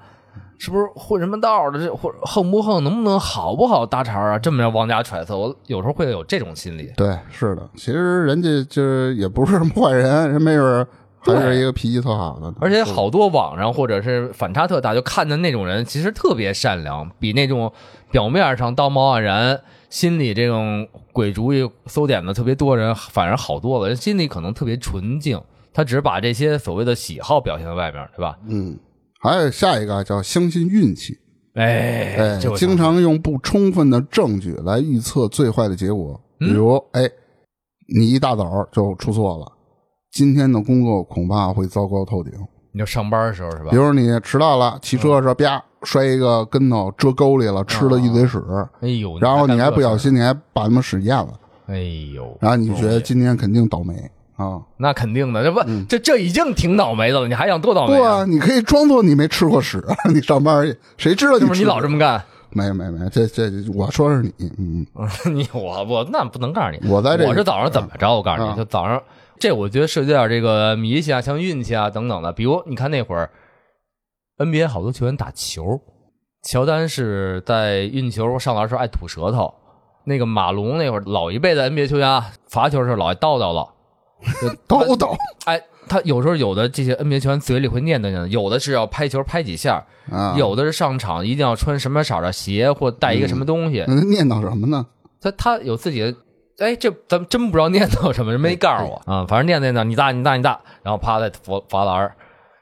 [SPEAKER 2] 是不是混什么道儿的？这或横不横，能不能好不好搭茬儿啊？这么着往家揣测，我有时候会有这种心理。
[SPEAKER 1] 对，是的，其实人家就是也不是什么坏人，人没准儿还是一个脾气特好的呢。
[SPEAKER 2] 而且好多网上或者是反差特大，就看的那种人其实特别善良，比那种表面上道貌岸然、心里这种鬼主意馊点子特别多人反而好多了。人心里可能特别纯净，他只把这些所谓的喜好表现在外面，对吧？
[SPEAKER 1] 嗯，还有下一个啊叫相信运气，
[SPEAKER 2] 哎
[SPEAKER 1] 哎，
[SPEAKER 2] 这，我
[SPEAKER 1] 经
[SPEAKER 2] 想
[SPEAKER 1] 常用不充分的证据来预测最坏的结果，比
[SPEAKER 2] 嗯
[SPEAKER 1] 如，哎，你一大早就出错了，今天的工作恐怕会糟糕透顶。
[SPEAKER 2] 你就上班的时候是吧
[SPEAKER 1] 比？如你迟到了，骑车的
[SPEAKER 2] 嗯
[SPEAKER 1] 时候啪摔一个跟头，折沟里了，吃了一嘴屎，
[SPEAKER 2] 哎呦，
[SPEAKER 1] 然后你还
[SPEAKER 2] 干这
[SPEAKER 1] 不小
[SPEAKER 2] 事儿，
[SPEAKER 1] 心，你还把他们屎咽了，
[SPEAKER 2] 哎呦，
[SPEAKER 1] 然后你就觉得今天肯定倒霉啊。
[SPEAKER 2] 那肯定的，这不、这这已经挺倒霉的了，你还想多倒霉
[SPEAKER 1] 对啊，
[SPEAKER 2] 嗯啊？
[SPEAKER 1] 你可以装作你没吃过屎， 你上班去，谁知道
[SPEAKER 2] 是
[SPEAKER 1] 你
[SPEAKER 2] 不是你
[SPEAKER 1] 吃
[SPEAKER 2] 老这么干？
[SPEAKER 1] 没没没，这这我说是你，嗯，
[SPEAKER 2] 你我我那不能告诉你，
[SPEAKER 1] 我在这
[SPEAKER 2] 我是早上怎么着？我告诉你，
[SPEAKER 1] 啊
[SPEAKER 2] 就早上这，我觉得涉及点这个迷信啊，像运气啊等等的。比如你看那会儿 NBA 好多球员打球，乔丹是在运球上篮时候爱吐舌头，那个马龙那会儿老一辈的 NBA 球员啊，罚球的时候老爱叨叨了，
[SPEAKER 1] 叨叨
[SPEAKER 2] 哎，他有时候有的这些 NBA 球员嘴里会念叨念叨，有的是要拍球拍几下，
[SPEAKER 1] 啊，嗯
[SPEAKER 2] 有的是上场一定要穿什么色儿的鞋或带一个什么东西，
[SPEAKER 1] 那他念叨什么呢？
[SPEAKER 2] 他他有自己的，哎，这咱们真不知道念叨什么，人没告诉我啊、反正念叨念叨，你大你大你大，然后啪在罚罚篮儿，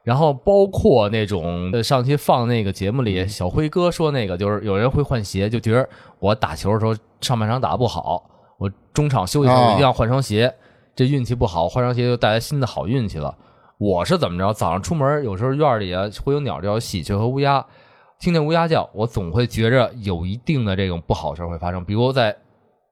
[SPEAKER 2] 然后包括那种呃上期放那个节目里小辉哥说那个，就是有人会换鞋，就觉得我打球的时候上半场打不好，我中场休息的时候
[SPEAKER 1] 哦
[SPEAKER 2] 一定要换双鞋，这运气不好，换双鞋就带来新的好运气了。我是怎么着？早上出门有时候院里啊会有鸟叫、喜鹊和乌鸦，听见乌鸦叫，我总会觉着有一定的这种不好事儿会发生，比如在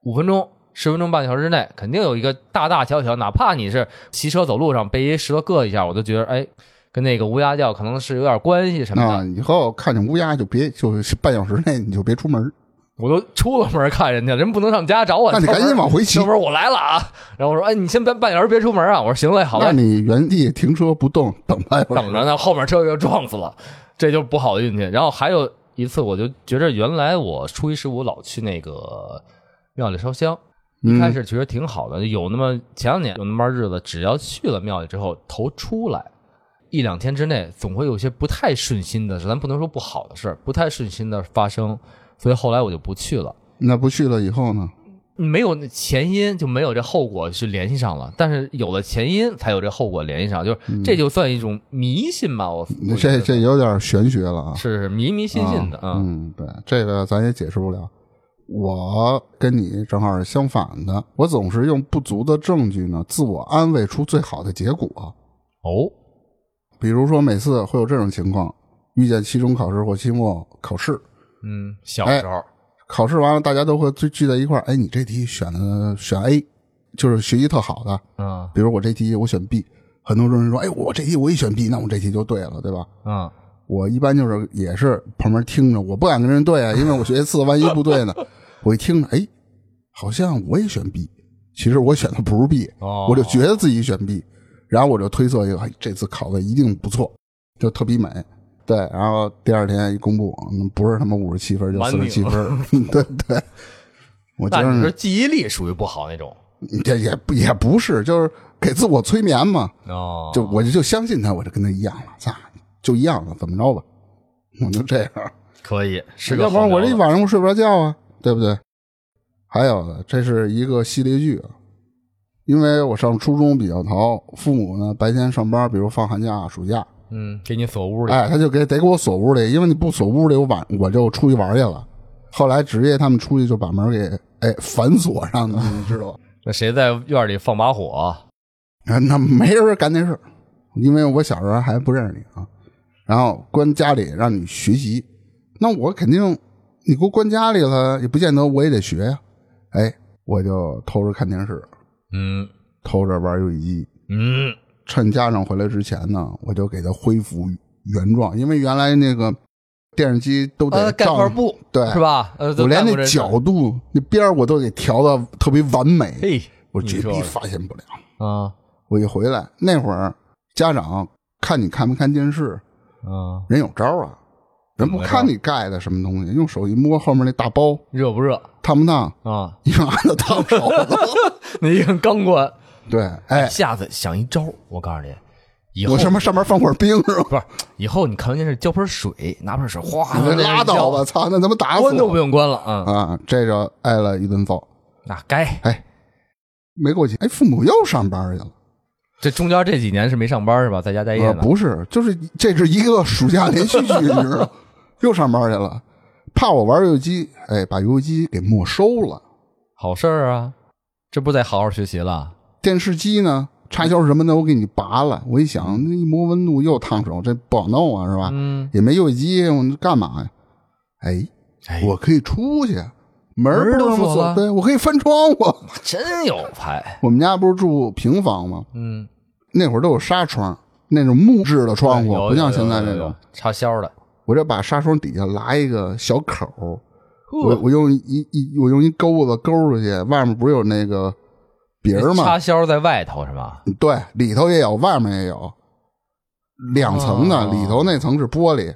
[SPEAKER 2] 五分钟、十分钟、半小时之内，肯定有一个大大小小，哪怕你是骑车走路上被一石头硌一下，我都觉得哎，跟那个乌鸦叫可能是有点关系什么的。
[SPEAKER 1] 啊，以后看见乌鸦就别，就是半小时内你就别出门，
[SPEAKER 2] 我都出了门看人家，人不能上家找我，
[SPEAKER 1] 那你赶紧往回骑
[SPEAKER 2] 要不然我来了啊！然后我说哎，你先半半小时别出门啊！我说行嘞，好嘞
[SPEAKER 1] 那，你原地停车不动，等半小时
[SPEAKER 2] 等着呢，后面车又撞死了，这就不好的运气。然后还有一次，我就觉着原来我初一十五老去那个庙里烧香，一开始觉得挺好的，有那么前两年有那么日子，只要去了庙里之后，头出来一两天之内，总会有些不太顺心的事，咱不能说不好的事儿，不太顺心的发生，所以后来我就不去了。
[SPEAKER 1] 那不去了以后呢？
[SPEAKER 2] 没有那前因就没有这后果是联系上了，但是有了前因才有这后果联系上，就是这就算一种迷信吧。我我
[SPEAKER 1] 嗯
[SPEAKER 2] 觉
[SPEAKER 1] 这
[SPEAKER 2] 得
[SPEAKER 1] 这有点玄学了啊。
[SPEAKER 2] 是迷迷信信的
[SPEAKER 1] 啊
[SPEAKER 2] 啊，
[SPEAKER 1] 嗯，对，这个咱也解释不了。我跟你正好是相反的，我总是用不足的证据呢，自我安慰出最好的结果。
[SPEAKER 2] 哦，
[SPEAKER 1] 比如说，每次会有这种情况：遇见期中考试或期末考试，
[SPEAKER 2] 嗯，小
[SPEAKER 1] 哎
[SPEAKER 2] 时候，
[SPEAKER 1] 考试完了，大家都会聚聚在一块儿。哎，你这题选的选 A，就是学习特好的；
[SPEAKER 2] 嗯
[SPEAKER 1] 比如我这题我选 B，很多人说：“哎，我这题我一选 B，那我这题就对了，对吧？”
[SPEAKER 2] 嗯，
[SPEAKER 1] 我一般就是也是旁边听着，我不敢跟人对啊，因为我学习次，万一不对呢？ 我一听着，哎，好像我也选 B，其实我选的不是 B，
[SPEAKER 2] 哦，
[SPEAKER 1] 我就觉得自己选 B，然后我就推测一个，哎，这次考的一定不错，就特别美。对，然后第二天一公布，嗯不是他妈五十七分，就
[SPEAKER 2] 完
[SPEAKER 1] 四
[SPEAKER 2] 了
[SPEAKER 1] 十七分， 对对。我觉
[SPEAKER 2] 但你
[SPEAKER 1] 得
[SPEAKER 2] 说记忆力属于不好那种，
[SPEAKER 1] 这也不也不是，就是给自我催眠嘛。
[SPEAKER 2] 哦，
[SPEAKER 1] 就我就就相信他，我就跟他一样了，操，就一样了，怎么着吧，我就这样。
[SPEAKER 2] 可以，是个
[SPEAKER 1] 要不然
[SPEAKER 2] 好
[SPEAKER 1] 我
[SPEAKER 2] 苗
[SPEAKER 1] 这一
[SPEAKER 2] 子
[SPEAKER 1] 晚上我睡不着觉啊，对不对？还有呢，这是一个系列剧啊，因为我上初中比较淘，父母呢白天上班，比如放寒假、暑假，
[SPEAKER 2] 嗯，给你锁屋里，
[SPEAKER 1] 哎，他就给得给我锁屋里，因为你不锁屋里，我晚我就出去玩去了。后来职业他们出去就把门给哎反锁上了，你知道吧？
[SPEAKER 2] 那谁在院里放把火？
[SPEAKER 1] 啊， 那没人干那事儿，因为我小时候还不认识你啊。然后关家里让你学习，那我肯定你给我关家里了，也不见得我也得学呀、哎，我就偷着看电视，
[SPEAKER 2] 嗯
[SPEAKER 1] 偷着玩游戏机，
[SPEAKER 2] 嗯，
[SPEAKER 1] 趁家长回来之前呢，我就给他恢复原状，因为原来那个电视机都得
[SPEAKER 2] 呃，盖
[SPEAKER 1] 照
[SPEAKER 2] 块布，
[SPEAKER 1] 对
[SPEAKER 2] 是吧？呃，都
[SPEAKER 1] 我连
[SPEAKER 2] 干过
[SPEAKER 1] 那
[SPEAKER 2] 这事儿
[SPEAKER 1] 角度、那边儿我都给调到特别完美，
[SPEAKER 2] 嘿，
[SPEAKER 1] 我
[SPEAKER 2] 你
[SPEAKER 1] 绝
[SPEAKER 2] 说
[SPEAKER 1] 逼
[SPEAKER 2] 的
[SPEAKER 1] 发现不了。
[SPEAKER 2] 啊
[SPEAKER 1] 我一回来那会儿，家长看你看没看电视，
[SPEAKER 2] 啊，
[SPEAKER 1] 人有招儿啊，人不
[SPEAKER 2] 怎么着
[SPEAKER 1] 看你盖的什么东西，用手一摸后面那大包
[SPEAKER 2] 热不热
[SPEAKER 1] 烫不烫，
[SPEAKER 2] 啊？
[SPEAKER 1] 一 按就烫手了。
[SPEAKER 2] 那一根钢管，
[SPEAKER 1] 对，哎，
[SPEAKER 2] 下次想一招，我告诉你，以后
[SPEAKER 1] 我上面上面放块冰是吧？
[SPEAKER 2] 不是以后你看完电视浇盆水，拿盆水哗，
[SPEAKER 1] 你
[SPEAKER 2] 往那儿
[SPEAKER 1] 拉
[SPEAKER 2] 一
[SPEAKER 1] 倒
[SPEAKER 2] 浇
[SPEAKER 1] 吧，，操，那他妈打死
[SPEAKER 2] 关都不
[SPEAKER 1] 我
[SPEAKER 2] 用关了啊。嗯
[SPEAKER 1] 啊！这就挨了一顿揍。
[SPEAKER 2] 那该
[SPEAKER 1] 哎，没过几哎，父母又上班去了。
[SPEAKER 2] 这中间这几年是没上班是吧？在家待业
[SPEAKER 1] 呃，
[SPEAKER 2] 呢。
[SPEAKER 1] 不是，就是这是一个暑假连续剧，你知道吗？ 又上班去了，怕我玩游戏机，哎，把游戏机给没收了。
[SPEAKER 2] 好事儿啊，这不得好好学习了？
[SPEAKER 1] 电视机呢，插销什么的我给你拔了。我一想，那一摸温度又烫手，这不好弄啊，是吧？
[SPEAKER 2] 嗯，
[SPEAKER 1] 也没游戏机，我干嘛呀？哎，
[SPEAKER 2] 哎，
[SPEAKER 1] 我可以出去，门
[SPEAKER 2] 门
[SPEAKER 1] 儿不
[SPEAKER 2] 儿都
[SPEAKER 1] 能
[SPEAKER 2] 锁
[SPEAKER 1] 锁，
[SPEAKER 2] 了
[SPEAKER 1] 对我可以翻窗户。
[SPEAKER 2] 真有牌。
[SPEAKER 1] 我们家不是住平房吗？
[SPEAKER 2] 嗯，
[SPEAKER 1] 那会儿都有纱窗，那种木质的窗户，
[SPEAKER 2] 哎有
[SPEAKER 1] 不像
[SPEAKER 2] 有
[SPEAKER 1] 现在
[SPEAKER 2] 有
[SPEAKER 1] 这
[SPEAKER 2] 有
[SPEAKER 1] 种
[SPEAKER 2] 有。插销的。
[SPEAKER 1] 我这把纱窗底下拉一个小口儿，我
[SPEAKER 2] 呵
[SPEAKER 1] 我用一一我用一钩子钩出去，外面不是有那个鼻儿吗
[SPEAKER 2] 插？销在外头是吧？
[SPEAKER 1] 对，里头也有，外面也有，两层的，
[SPEAKER 2] 哦
[SPEAKER 1] 里头那层是玻璃，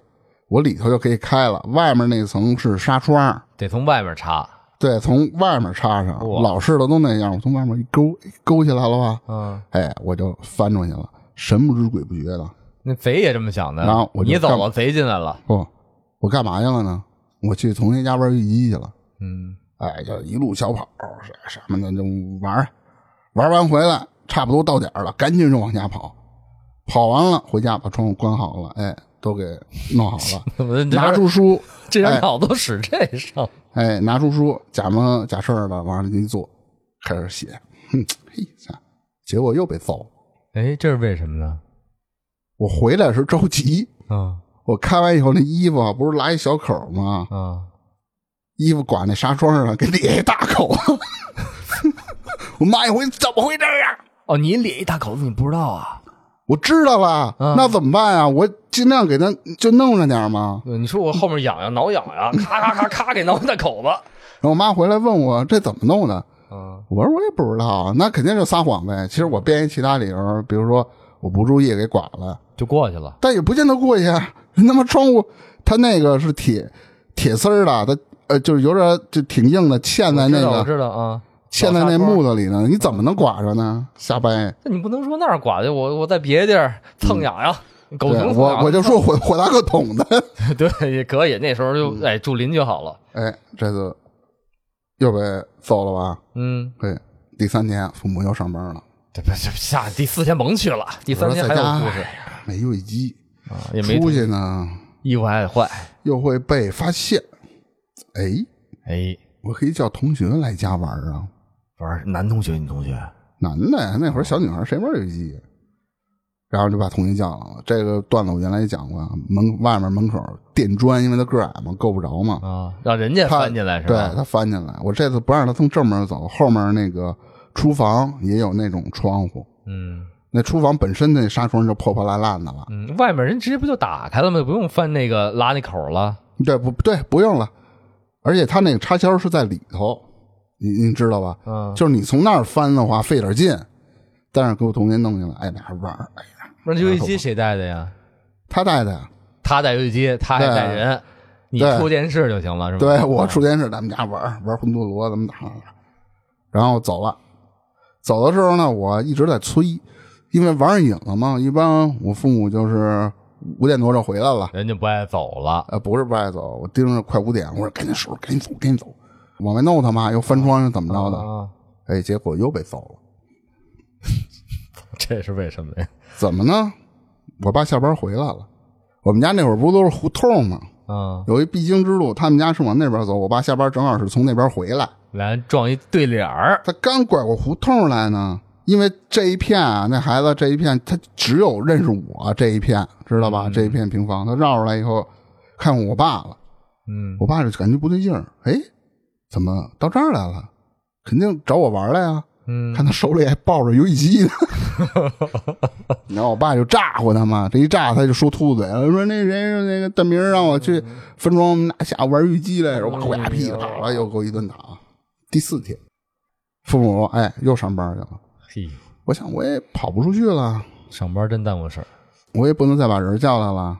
[SPEAKER 1] 我里头就可以开了，外面那层是纱窗，
[SPEAKER 2] 得从外面插。
[SPEAKER 1] 对，从外面插上，
[SPEAKER 2] 哇
[SPEAKER 1] 老式的都那样，我从外面一勾勾起来了吧，
[SPEAKER 2] 嗯，
[SPEAKER 1] 哎，我就翻出去了，神不知鬼不觉的，
[SPEAKER 2] 那贼也这么想的。
[SPEAKER 1] 然后我就
[SPEAKER 2] 你走
[SPEAKER 1] 干
[SPEAKER 2] 了，贼进来了。
[SPEAKER 1] 不，哦我干嘛去了呢？我去同学家玩游戏机去了。
[SPEAKER 2] 嗯， ，
[SPEAKER 1] 哎，就一路小跑什什么的，就玩儿啊玩完回来，差不多到点儿了，赶紧就往家跑。跑完了回家把窗户关好了，哎，都给弄好了
[SPEAKER 2] 怎么这
[SPEAKER 1] 拿出书，
[SPEAKER 2] 这点脑子使这上？
[SPEAKER 1] 哎，拿出书，假模假式儿的往那一坐，开始写，哼，嘿，操结果又被揍了。
[SPEAKER 2] 哎，这是为什么呢？
[SPEAKER 1] 我回来时着急，
[SPEAKER 2] 啊
[SPEAKER 1] 我开完以后那衣服啊不是拉一小口儿吗？
[SPEAKER 2] 啊，
[SPEAKER 1] 衣服挂那纱窗上，给裂一大口。 我骂一回，啊怎么会这样？
[SPEAKER 2] 哦，你咧一大口子，你不知道啊？
[SPEAKER 1] 我知道了，
[SPEAKER 2] 嗯
[SPEAKER 1] 那怎么办啊？我尽量给他就弄上点嘛。
[SPEAKER 2] 你说我后面痒痒，挠痒 痒，咔咔咔咔给挠一大口子。
[SPEAKER 1] 然后我妈回来问我这怎么弄的，
[SPEAKER 2] 嗯
[SPEAKER 1] 我说我也不知道啊，那肯定就撒谎呗。其实我编一其他理由，比如说我不注意给剐了，，
[SPEAKER 2] 就过去了。
[SPEAKER 1] 但也不见得过去啊。那么窗户它那个是铁铁丝儿的，它呃就是有点就挺硬的，嵌在那
[SPEAKER 2] 我
[SPEAKER 1] 个
[SPEAKER 2] 知道啊。
[SPEAKER 1] 嵌在那木头里呢，你怎么能剐着呢？瞎掰。
[SPEAKER 2] 那你不能说那儿刮去，我我在别的地儿蹭痒痒，
[SPEAKER 1] 嗯
[SPEAKER 2] 狗
[SPEAKER 1] 对
[SPEAKER 2] 熊蹭
[SPEAKER 1] 我
[SPEAKER 2] 痒
[SPEAKER 1] 我
[SPEAKER 2] 痒，
[SPEAKER 1] 就说火火大个桶的，
[SPEAKER 2] 对也可以。那时候
[SPEAKER 1] 嗯
[SPEAKER 2] 就哎住邻居好了，
[SPEAKER 1] 哎，这次又被揍了吧？
[SPEAKER 2] 嗯，
[SPEAKER 1] 对，第三天父母要上班了，
[SPEAKER 2] 这不这下第四天甭去了，第三天还有故事
[SPEAKER 1] 没游戏机，
[SPEAKER 2] 啊，也没
[SPEAKER 1] 哎出去呢
[SPEAKER 2] 衣服还得换。
[SPEAKER 1] 又会被发现。哎，
[SPEAKER 2] 哎，
[SPEAKER 1] 我可以叫同学来家玩啊，
[SPEAKER 2] 不是男同学，女同学，
[SPEAKER 1] 男的呀，那会儿小女孩谁玩游戏机？然后就把同学叫上了。这个段子我原来也讲过，啊门外面门口垫砖，因为他个儿矮嘛，够不着嘛。
[SPEAKER 2] 啊，让人家
[SPEAKER 1] 他
[SPEAKER 2] 翻进来是
[SPEAKER 1] 对
[SPEAKER 2] 吧？
[SPEAKER 1] 他翻进来，我这次不让他从正门走，后面那个厨房也有那种窗户，
[SPEAKER 2] 嗯
[SPEAKER 1] 那厨房本身那纱窗就破破烂烂的了。
[SPEAKER 2] 嗯，外面人直接不就打开了吗？不用翻那个拉那口了。
[SPEAKER 1] 对，不对，不用了。而且它那个插销是在里头，你你知道吧？
[SPEAKER 2] 嗯，
[SPEAKER 1] 就是你从那儿翻的话费点劲，但是给我同学弄进来，哎，俩人玩儿，哎呀，
[SPEAKER 2] 那游戏机谁带的呀？
[SPEAKER 1] 他带的，
[SPEAKER 2] 他带游戏机，他还
[SPEAKER 1] 对
[SPEAKER 2] 带人，你
[SPEAKER 1] 对
[SPEAKER 2] 出电视就行了是吧？
[SPEAKER 1] 对我出电视，咱们家玩儿玩魂斗罗，咱们打，然后走了。走的时候呢，我一直在催，因为玩上瘾了嘛。一般我父母就是五点多就回来了，
[SPEAKER 2] 人家不爱走了。
[SPEAKER 1] 呃，不是不爱走，我盯着快五点，我说赶紧收拾，赶紧走，赶紧走，往外弄他妈，又翻窗又怎么着的，
[SPEAKER 2] 啊，
[SPEAKER 1] 哎，结果又被揍了。
[SPEAKER 2] 这是为什么呀？
[SPEAKER 1] 怎么呢？我爸下班回来了，我们家那会儿不都是胡同吗？
[SPEAKER 2] 啊，
[SPEAKER 1] 有一必经之路，他们家是往那边走，我爸下班正好是从那边回来，
[SPEAKER 2] 俩人撞一对脸儿，
[SPEAKER 1] 他刚拐过胡同来呢，因为这一片啊，那孩子这一片，他只有认识我这一片，知道吧？这一片平房，他绕出来以后，看我爸了，
[SPEAKER 2] 嗯，
[SPEAKER 1] 我爸就感觉不对劲儿，哎，怎么到这儿来了？肯定找我玩来啊！
[SPEAKER 2] 嗯
[SPEAKER 1] 看他手里还抱着游戏机呢。然后我爸就咋呼他嘛，这一咋他就说秃子嘴了，说那人那个大明儿让我去分装拿下玩游戏机来，然后哇我俩屁股打了，又给我一顿打。第四天，父母说哎又上班去了，
[SPEAKER 2] 嘿，
[SPEAKER 1] 我想我也跑不出去了，
[SPEAKER 2] 上班真耽误事儿。
[SPEAKER 1] 我也不能再把人叫来了，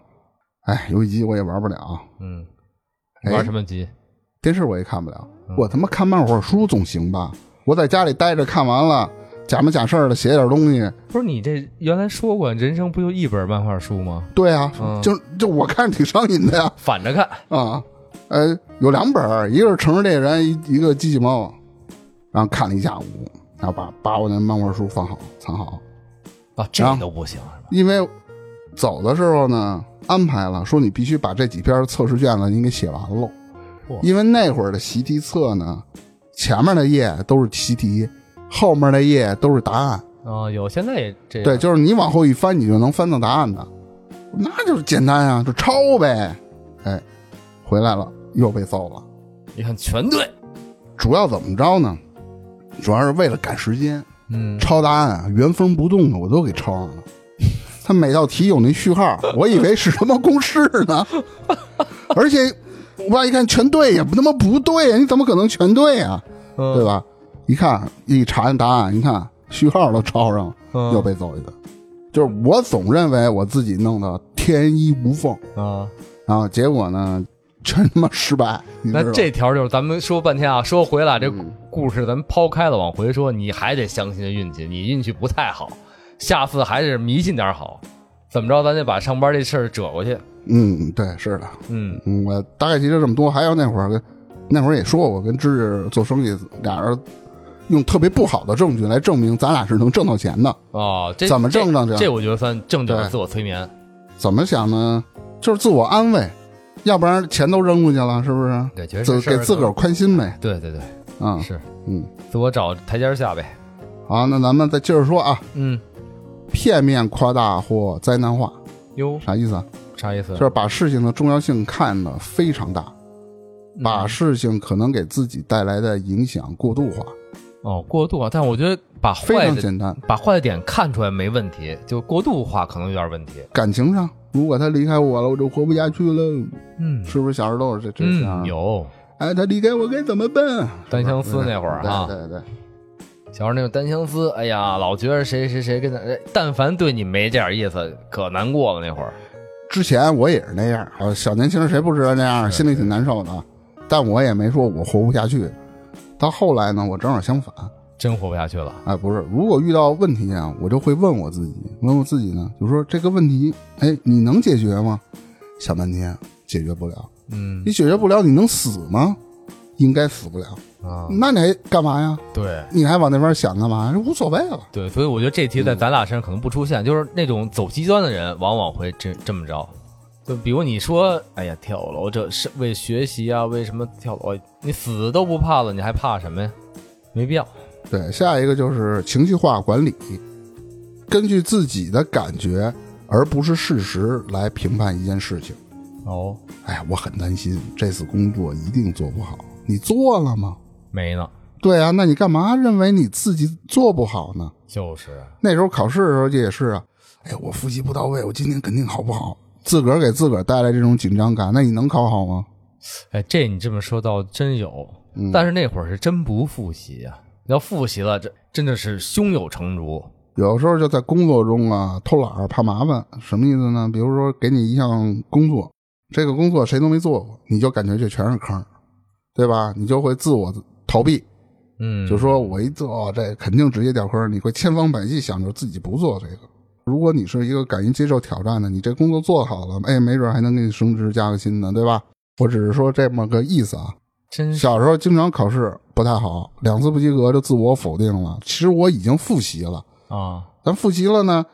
[SPEAKER 1] 哎游戏机我也玩不了，
[SPEAKER 2] 嗯，
[SPEAKER 1] 哎
[SPEAKER 2] 玩什么急？
[SPEAKER 1] 电视我也看不了，我他妈看漫会儿书总行吧？我在家里待着看完了，假模假式儿的写点东西。
[SPEAKER 2] 不是你这原来说过，人生不就一本漫画书吗？
[SPEAKER 1] 对啊，
[SPEAKER 2] 嗯
[SPEAKER 1] 就就我看着挺上瘾的呀
[SPEAKER 2] 反着看，
[SPEAKER 1] 啊，呃，有两本儿，一个是《城市猎人》，一一个《机器猫》，然后看了一下午，然后把把我那漫画书放好藏好，
[SPEAKER 2] 啊，这
[SPEAKER 1] 啊
[SPEAKER 2] 都不行是吧？
[SPEAKER 1] 因为走的时候呢安排了，说你必须把这几篇测试卷子你给写完喽
[SPEAKER 2] 哇，
[SPEAKER 1] 因为那会儿的习题册呢，前面的页都是习题，后面的页都是答案。
[SPEAKER 2] 啊，有现在也这样
[SPEAKER 1] 对，就是你往后一翻，你就能翻到答案的，那就是简单啊，就抄呗。哎，回来了又被揍了，
[SPEAKER 2] 你看全对，
[SPEAKER 1] 主要怎么着呢？主要是为了赶时间，
[SPEAKER 2] 嗯，
[SPEAKER 1] 抄答案啊，原封不动的我都给抄上了。他每道题有那序号，我以为是什么公式呢，而且我爸一看全对呀，不他妈不对呀，你怎么可能全对呀？对
[SPEAKER 2] 对？
[SPEAKER 1] 吧？一看一查答案，一看序号都抄上了。
[SPEAKER 2] 嗯
[SPEAKER 1] 又被揍一顿。就是我总认为我自己弄的天衣无缝，
[SPEAKER 2] 啊，
[SPEAKER 1] 然后结果呢， 全他妈失败。你知道嗯
[SPEAKER 2] 那
[SPEAKER 1] 吗
[SPEAKER 2] 这条就是咱们说半天啊，说回来这故事，咱们抛开了往回说，你还得相信运气，你运气不太好，下次还是迷信点儿好。怎么着，咱得把上班这事儿折过去。
[SPEAKER 1] 嗯，对，是的，
[SPEAKER 2] 嗯，
[SPEAKER 1] 嗯，我大概提了这么多。还有那会儿跟那会儿也说我跟芝芝做生意，俩人用特别不好的证据来证明咱俩是能挣到钱的。
[SPEAKER 2] 哦，这
[SPEAKER 1] 嗯怎么正当这
[SPEAKER 2] 这
[SPEAKER 1] 样
[SPEAKER 2] 这我觉得算正经的
[SPEAKER 1] 对
[SPEAKER 2] 自我催眠。
[SPEAKER 1] 怎么想呢？就是自我安慰，要不然钱都扔出去了，是不是？
[SPEAKER 2] 对，觉得
[SPEAKER 1] 自
[SPEAKER 2] 这事儿
[SPEAKER 1] 给自个儿宽心呗。
[SPEAKER 2] 对对对，
[SPEAKER 1] 啊、嗯，
[SPEAKER 2] 是
[SPEAKER 1] 嗯，
[SPEAKER 2] 自我找台阶下呗。
[SPEAKER 1] 好，那咱们再接着说啊，
[SPEAKER 2] 嗯，
[SPEAKER 1] 片面夸大或灾难化
[SPEAKER 2] 哟，
[SPEAKER 1] 啥意思啊？
[SPEAKER 2] 啥意思？
[SPEAKER 1] 就是把事情的重要性看得非常大，
[SPEAKER 2] 嗯
[SPEAKER 1] 把事情可能给自己带来的影响过度化，
[SPEAKER 2] 哦，过度啊，但我觉得把
[SPEAKER 1] 非
[SPEAKER 2] 坏
[SPEAKER 1] 常
[SPEAKER 2] 的
[SPEAKER 1] 简单。
[SPEAKER 2] 把坏的点看出来没问题，就过度化可能有点问题。
[SPEAKER 1] 感情上，如果他离开我了，我就活不下去了，
[SPEAKER 2] 嗯
[SPEAKER 1] 是不是？小时候都是这这样
[SPEAKER 2] 嗯，
[SPEAKER 1] 啊。
[SPEAKER 2] 有
[SPEAKER 1] 哎，他离开我该怎么办？啊
[SPEAKER 2] 单相思那会儿啊，
[SPEAKER 1] 对对对，
[SPEAKER 2] 小时候那种单相思，哎呀，老觉得谁谁谁跟他，哎但凡对你没这点意思，可难过了那会儿。
[SPEAKER 1] 之前我也是那样，啊，小年轻谁不知道那样，心里挺难受的啊，但我也没说我活不下去。到后来呢，我正好相反，
[SPEAKER 2] 真活不下去了，
[SPEAKER 1] 哎，不是，如果遇到问题啊，我就会问我自己，问我自己呢，就说这个问题，哎，你能解决吗？想半天解决不了，
[SPEAKER 2] 嗯
[SPEAKER 1] 你解决不了，你能死吗？应该死不了，
[SPEAKER 2] 啊，
[SPEAKER 1] 那你还干嘛呀？
[SPEAKER 2] 对
[SPEAKER 1] 你还往那边想干嘛？这无所谓了。
[SPEAKER 2] 对，所以我觉得这题在咱俩身上可能不出现，就是那种走极端的人，往往会这这么着。就比如你说，哎呀，跳楼这是为学习啊，为什么跳楼？你死都不怕了，你还怕什么呀？没必要。
[SPEAKER 1] 对，下一个就是情绪化管理，根据自己的感觉，而不是事实来评判一件事情。
[SPEAKER 2] 哦，
[SPEAKER 1] 哎呀，我很担心这次工作一定做不好，你做了吗？
[SPEAKER 2] 没呢，
[SPEAKER 1] 对啊，那你干嘛认为你自己做不好呢？
[SPEAKER 2] 就是
[SPEAKER 1] 那时候考试的时候也是啊，哎，我复习不到位，我今天肯定考不好，自个儿给自个儿带来这种紧张感，那你能考好吗？
[SPEAKER 2] 哎，这你这么说倒真有，
[SPEAKER 1] 嗯
[SPEAKER 2] 但是那会儿是真不复习啊，要复习了，这真的是胸有成竹。
[SPEAKER 1] 有时候就在工作中啊偷懒儿怕麻烦，什么意思呢？比如说给你一项工作，这个工作谁都没做过，你就感觉这全是坑儿，对吧？你就会自我逃避，
[SPEAKER 2] 嗯，
[SPEAKER 1] 就说我一做、这肯定直接掉坑儿，你会千方百计想着自己不做这个。如果你是一个敢于接受挑战的，你这工作做好了，哎，没准还能给你升职加个薪呢，对吧？我只是说这么个意思啊。
[SPEAKER 2] 真是
[SPEAKER 1] 小时候经常考试不太好，两次不及格就自我否定了。其实我已经复习了，
[SPEAKER 2] 啊，
[SPEAKER 1] 咱复习了呢，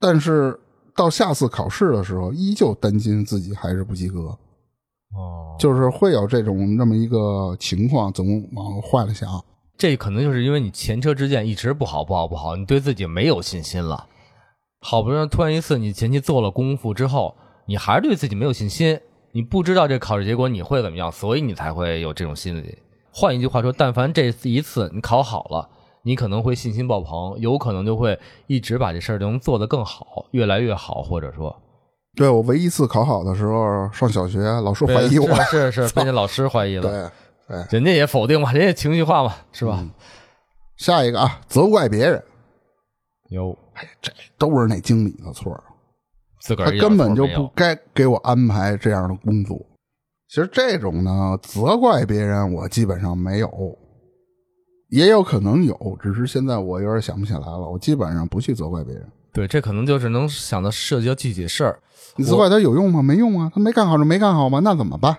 [SPEAKER 1] 但是到下次考试的时候，依旧担心自己还是不及格，
[SPEAKER 2] 哦，
[SPEAKER 1] 就是会有这种那么一个情况，总往坏了想。
[SPEAKER 2] 这可能就是因为你前车之鉴一直不好，不好，不好，你对自己没有信心了。好不容易突然一次，你前期做了功夫之后，你还是对自己没有信心，你不知道这考试结果你会怎么样，所以你才会有这种心理。换一句话说，但凡这一次你考好了，你可能会信心爆棚，有可能就会一直把这事儿能做得更好，越来越好，或者说
[SPEAKER 1] 对我唯一一次考好的时候，上小学老师怀疑我，
[SPEAKER 2] 是是是被那老师怀疑了，
[SPEAKER 1] 对，嗯对，
[SPEAKER 2] 人家也否定嘛，人家情绪化嘛，是吧？
[SPEAKER 1] 下一个啊，责怪别人，
[SPEAKER 2] 有
[SPEAKER 1] 都是那经理的错儿，
[SPEAKER 2] 自个
[SPEAKER 1] 他
[SPEAKER 2] 儿一点
[SPEAKER 1] 根本
[SPEAKER 2] 错
[SPEAKER 1] 就
[SPEAKER 2] 没有
[SPEAKER 1] 不该给我安排这样的工作。其实这种呢，责怪别人，我基本上没有，也有可能有，只是现在我有点想不起来了。我基本上不去责怪别人，
[SPEAKER 2] 对，这可能就是能想到涉及到具体事儿，
[SPEAKER 1] 你责怪他有用吗？没用啊，他没干好就没干好嘛，那怎么办？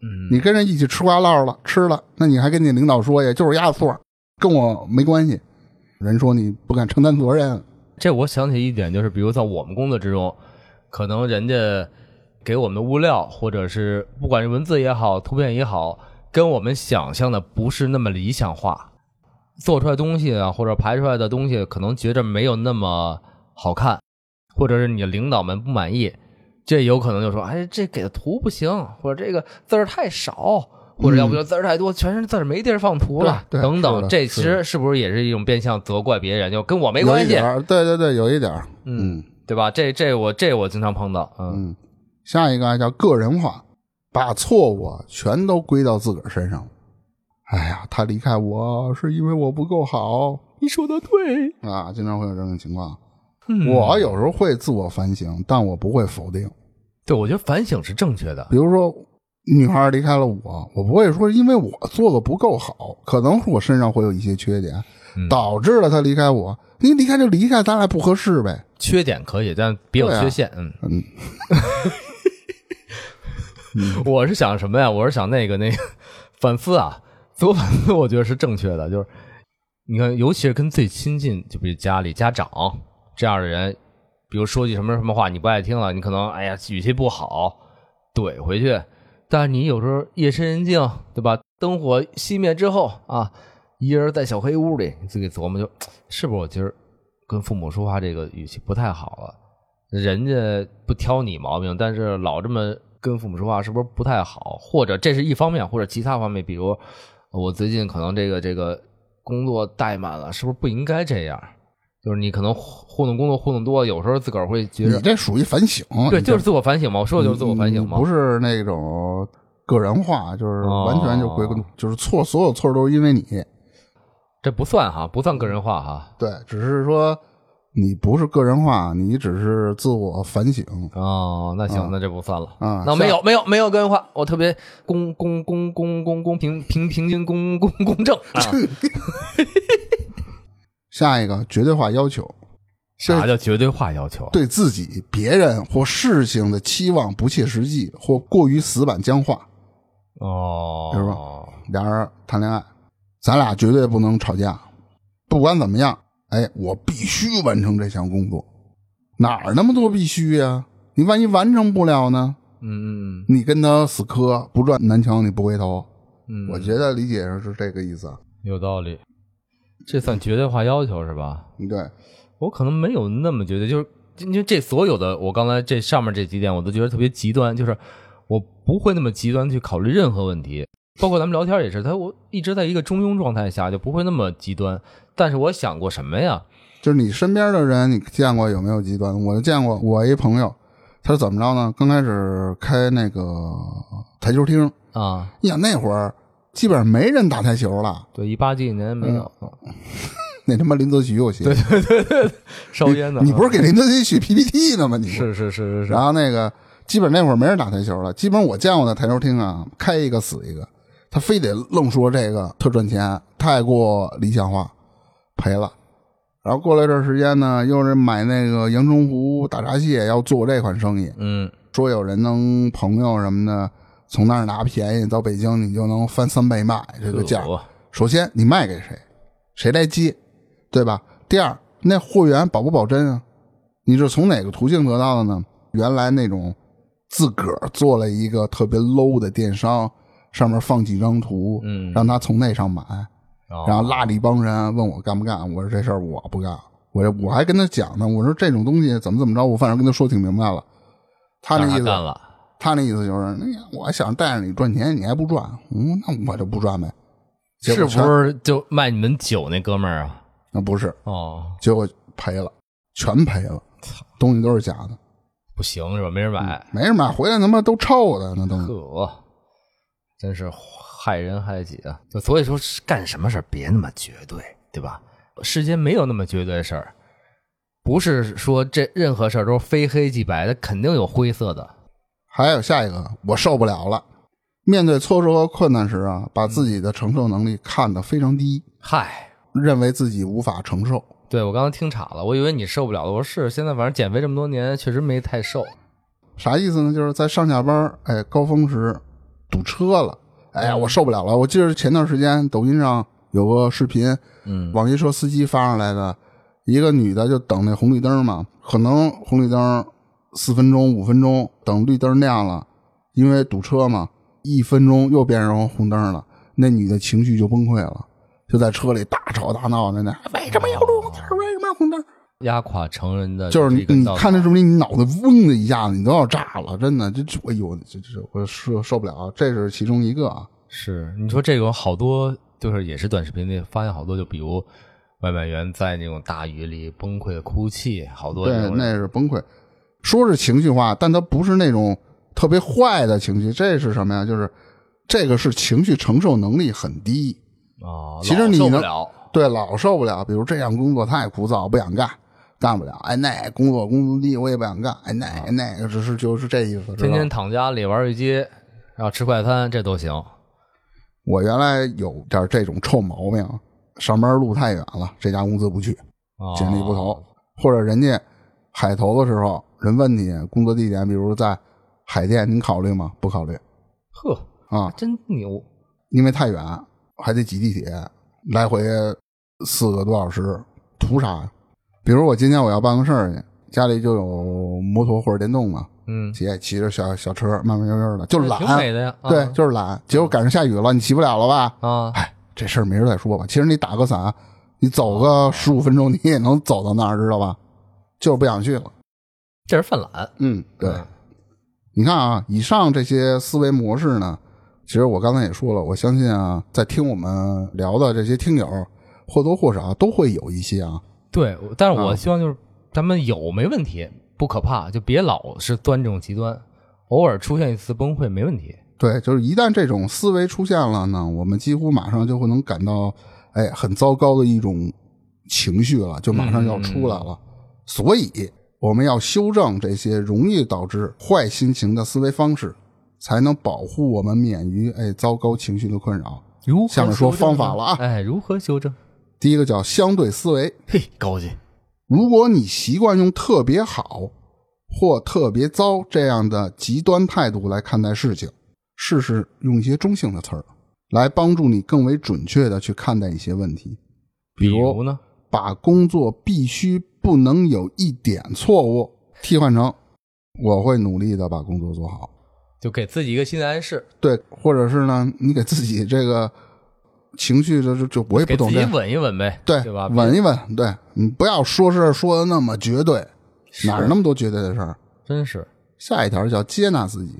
[SPEAKER 2] 嗯，
[SPEAKER 1] 你跟人一起吃瓜唠了，吃了，那你还跟你领导说呀，就是压错儿，跟我没关系。人说你不敢承担责任，
[SPEAKER 2] 这我想起一点，就是比如在我们工作之中，可能人家给我们的物料，或者是不管是文字也好，图片也好，跟我们想象的不是那么理想化，做出来东西啊，或者排出来的东西，可能觉着没有那么好看，或者是你的领导们不满意，这有可能就说，哎，这给的图不行，或者这个字儿太少。或者要不就字儿太多，全是字儿没地儿放图了，
[SPEAKER 1] 嗯对对
[SPEAKER 2] 等
[SPEAKER 1] 是的
[SPEAKER 2] 等，这
[SPEAKER 1] 是
[SPEAKER 2] 其
[SPEAKER 1] 的
[SPEAKER 2] 实是不是也是一种变相责怪别人？就跟我没关
[SPEAKER 1] 有一
[SPEAKER 2] 系
[SPEAKER 1] 点，儿对对对，有一点儿，
[SPEAKER 2] 嗯
[SPEAKER 1] 嗯，
[SPEAKER 2] 对吧？这这我这我经常碰到，嗯，
[SPEAKER 1] 嗯，下一个啊叫个人化，把错误啊全都归到自个儿身上。哎呀，他离开我是因为我不够好
[SPEAKER 2] 你说的对，
[SPEAKER 1] 啊，经常会有这种情况。
[SPEAKER 2] 嗯
[SPEAKER 1] 我有时候会自我反省，但我不会否定。
[SPEAKER 2] 对我觉得反省是正确的
[SPEAKER 1] 比，如说，女孩离开了我，我不会说因为我做的不够好，可能我身上会有一些缺点，
[SPEAKER 2] 嗯
[SPEAKER 1] 导致了她离开我。你离开就离开，咱俩不合适呗。
[SPEAKER 2] 缺点可以，但别有缺陷，嗯 嗯
[SPEAKER 1] 嗯，
[SPEAKER 2] 我是想什么呀？我是想那个那个反思啊，自我反思，我觉得是正确的，就是你看，尤其是跟最亲近，就比如家里家长这样的人，比如说句什么什么话你不爱听了，你可能哎呀语气不好怼回去，但是你有时候夜深人静，对吧？灯火熄灭之后啊，一人在小黑屋里，你自己琢磨就，是不是我今儿跟父母说话这个语气不太好了？人家不挑你毛病，但是老这么跟父母说话，是不是不太好？或者这是一方面，或者其他方面，比如我最近可能这个这个工作怠慢了，是不是不应该这样？就是你可能糊弄工作糊弄多，有时候自个儿会觉
[SPEAKER 1] 你
[SPEAKER 2] 得，
[SPEAKER 1] 这属于反省，
[SPEAKER 2] 对，
[SPEAKER 1] 你这
[SPEAKER 2] 就是自我反省嘛。我说的就是自我反省嘛。
[SPEAKER 1] 嗯不是那种个人化，就是完全就归，
[SPEAKER 2] 哦
[SPEAKER 1] 就是错，所有错都是因为你。
[SPEAKER 2] 这不算哈，不算个人化哈。
[SPEAKER 1] 对，只是说你不是个人化，你只是自我反省。
[SPEAKER 2] 哦，那
[SPEAKER 1] 嗯
[SPEAKER 2] 行，那这不算了
[SPEAKER 1] 嗯
[SPEAKER 2] 那
[SPEAKER 1] 下
[SPEAKER 2] 没有没有没有个人化，我特别公公公公公公平平平均公公 公正啊！
[SPEAKER 1] 下一个绝对化要求，
[SPEAKER 2] 啥叫绝对化要求啊？
[SPEAKER 1] 对自己、别人或事情的期望不切实际，或过于死板僵化。
[SPEAKER 2] 哦，
[SPEAKER 1] 是俩人谈恋爱，咱俩绝对不能吵架，不管怎么样，哎，我必须完成这项工作，哪儿那么多必须呀、你万一完成不了呢？
[SPEAKER 2] 嗯嗯
[SPEAKER 1] 你跟他死磕，不撞南墙你不回头。
[SPEAKER 2] 嗯，
[SPEAKER 1] 我觉得理解上是这个意思啊。
[SPEAKER 2] 有道理。这算绝对化要求是吧？
[SPEAKER 1] 对，
[SPEAKER 2] 我可能没有那么绝对，就是因为这所有的我刚才这上面这几点，我都觉得特别极端，就是我不会那么极端去考虑任何问题，包括咱们聊天也是，他我一直在一个中庸状态下，就不会那么极端。但是我想过什么呀？
[SPEAKER 1] 就是你身边的人，你见过有没有极端？我就见过，我一朋友，他是怎么着呢？刚开始开那个台球厅，
[SPEAKER 2] 啊，
[SPEAKER 1] 你想那会儿基本上没人打台球了，
[SPEAKER 2] 对，一八几年没有、
[SPEAKER 1] 嗯那他妈林则徐有戏，
[SPEAKER 2] 烧烟的，
[SPEAKER 1] 你不是
[SPEAKER 2] 是
[SPEAKER 1] 给林则徐取 PPT 呢吗？你不
[SPEAKER 2] 是是是是是
[SPEAKER 1] 然后那个基本那会儿没人打台球了，基本我见过的台球厅啊，开一个死一个，他非得愣说这个特赚钱，太过理想化，赔了。然后过了一段时间呢，又是买那个阳澄湖大闸蟹，要做这款生意，
[SPEAKER 2] 嗯，
[SPEAKER 1] 说有人能朋友什么的从那儿拿便宜，到北京你就能翻三倍卖这个价儿。
[SPEAKER 2] 我
[SPEAKER 1] 首先你卖给谁，谁来接，对吧？第二，那货源保不保真啊？你是从哪个途径得到的呢？原来那种自个儿做了一个特别 low 的电商，上面放几张图，
[SPEAKER 2] 嗯
[SPEAKER 1] 让他从那上买，
[SPEAKER 2] 哦
[SPEAKER 1] 然后拉着一帮人问我干不干，我说这事儿我不干，我这我还跟他讲呢，我说这种东西怎么怎么着，我反正跟他说挺明白了，他那
[SPEAKER 2] 让
[SPEAKER 1] 意思
[SPEAKER 2] 干了，
[SPEAKER 1] 哎他那意思就是，那我想带着你赚钱，你还不赚，嗯，那我就不赚呗。结
[SPEAKER 2] 是
[SPEAKER 1] 果
[SPEAKER 2] 不
[SPEAKER 1] 全
[SPEAKER 2] 是就卖你们酒那哥们儿啊？
[SPEAKER 1] 那不是，
[SPEAKER 2] 哦，
[SPEAKER 1] 结果赔了，全赔了，东西都是假的，
[SPEAKER 2] 不行是吧？没人买，
[SPEAKER 1] 没人买回来他妈都臭的那东西。
[SPEAKER 2] 哎呵，真是害人害己啊！就所以说，是干什么事儿别那么绝对，对吧？世间没有那么绝对的事儿，不是说这任何事儿都是非黑即白的，肯定有灰色的。
[SPEAKER 1] 还有下一个，我受不了了。面对挫折和困难时啊，把自己的承受能力看得非常低，
[SPEAKER 2] 嗨，
[SPEAKER 1] 认为自己无法承受。
[SPEAKER 2] 对我刚刚听岔了，我以为你受不了了。我说是，现在反正减肥这么多年，确实没太瘦。
[SPEAKER 1] 啥意思呢？就是在上下班，哎，高峰时堵车了，哎呀，我受不了了。我记得前段时间抖音上有个视频，
[SPEAKER 2] 嗯，
[SPEAKER 1] 网约车司机发上来的，一个女的就等那红绿灯嘛，可能红绿灯四分钟、五分钟，等绿灯亮了，因为堵车嘛，一分钟又变成红灯了，那女的情绪就崩溃了，就在车里大吵大闹的呢，为什么要绿灯？为什么要红灯？
[SPEAKER 2] 压垮成人的
[SPEAKER 1] 就是你
[SPEAKER 2] 这个
[SPEAKER 1] 你
[SPEAKER 2] 道理
[SPEAKER 1] 看这视频，你脑袋嗡的一下子，你都要炸了，真的，这这，哎呦，这这我受受不了，啊这是其中一个啊。
[SPEAKER 2] 是，你说这个好多就是也是短视频里发现好多，就比如外卖员在那种大雨里崩溃哭泣，好多这
[SPEAKER 1] 对，
[SPEAKER 2] 种人
[SPEAKER 1] 那是崩溃。说是情绪化，但它不是那种特别坏的情绪，这是什么呀？就是这个是情绪承受能力很低，
[SPEAKER 2] 哦，
[SPEAKER 1] 其实
[SPEAKER 2] 老
[SPEAKER 1] 你
[SPEAKER 2] 受不
[SPEAKER 1] 能
[SPEAKER 2] 了，
[SPEAKER 1] 对，老受不了。比如这样工作太枯燥，不想干，干不了。哎，那工作工资低，我也不想干。哎，那那个只是就是这意思。知道
[SPEAKER 2] 啊天
[SPEAKER 1] 吗
[SPEAKER 2] 天躺家里玩游戏机，然后吃快餐，这都行。啊
[SPEAKER 1] 我原来有点这种臭毛病，上班路太远了，这家公司不去，
[SPEAKER 2] 哦
[SPEAKER 1] 简历不投，或者人家海投的时候，人问你工作地点，比如在海淀，您考虑吗？不考虑。
[SPEAKER 2] 呵，
[SPEAKER 1] 啊，
[SPEAKER 2] 真牛！
[SPEAKER 1] 因为太远，还得挤地铁，来回四个多小时，图啥呀？比如我今天我要办个事儿去，家里就有摩托或者电动嘛，
[SPEAKER 2] 嗯，
[SPEAKER 1] 姐骑着小小车慢慢悠悠的，就
[SPEAKER 2] 这
[SPEAKER 1] 懒，
[SPEAKER 2] 挺美的呀。啊
[SPEAKER 1] 对，就是懒。结果赶上下雨了，你骑不了了吧？
[SPEAKER 2] 啊，
[SPEAKER 1] 哎，这事儿明儿再说吧。其实你打个伞，你走个十五分钟，你也能走到那儿，知道吧？就是不想去了。
[SPEAKER 2] 这是犯懒。
[SPEAKER 1] 嗯，对。
[SPEAKER 2] 嗯
[SPEAKER 1] 你看啊，以上这些思维模式呢，其实我刚才也说了，我相信啊，在听我们聊的这些听友，或多或少都会有一些啊。
[SPEAKER 2] 对，我但是我
[SPEAKER 1] 啊
[SPEAKER 2] 希望就是咱们有没问题，不可怕，就别老是钻这种极端，偶尔出现一次崩溃没问题。
[SPEAKER 1] 对，就是一旦这种思维出现了呢，我们几乎马上就会能感到，哎，很糟糕的一种情绪了，就马上要出来了。所以我们要修正这些容易导致坏心情的思维方式，才能保护我们免于哎糟糕情绪的困扰。
[SPEAKER 2] 如何
[SPEAKER 1] 下面说
[SPEAKER 2] 修正
[SPEAKER 1] 方
[SPEAKER 2] 呢
[SPEAKER 1] 法了啊
[SPEAKER 2] 哎，如何 修正？
[SPEAKER 1] 第一个叫相对思维，
[SPEAKER 2] 嘿，高级。
[SPEAKER 1] 如果你习惯用特别好或特别糟这样的极端态度来看待事情，试试用一些中性的词儿，来帮助你更为准确的去看待一些问题。
[SPEAKER 2] 比
[SPEAKER 1] 如
[SPEAKER 2] 呢？
[SPEAKER 1] 把工作必须不能有一点错误替换成“我会努力的把工作做好
[SPEAKER 2] 就给自己一个心理暗示，”，
[SPEAKER 1] 对，或者是呢，你给自己这个情绪就就就我也不
[SPEAKER 2] 给自
[SPEAKER 1] 懂这
[SPEAKER 2] 己
[SPEAKER 1] 样，
[SPEAKER 2] 稳一稳呗，
[SPEAKER 1] 对
[SPEAKER 2] 对吧？
[SPEAKER 1] 稳一稳，对你不要说是说的那么绝对，哪儿那么多绝对的事儿？
[SPEAKER 2] 真是
[SPEAKER 1] 下一条叫接纳自己。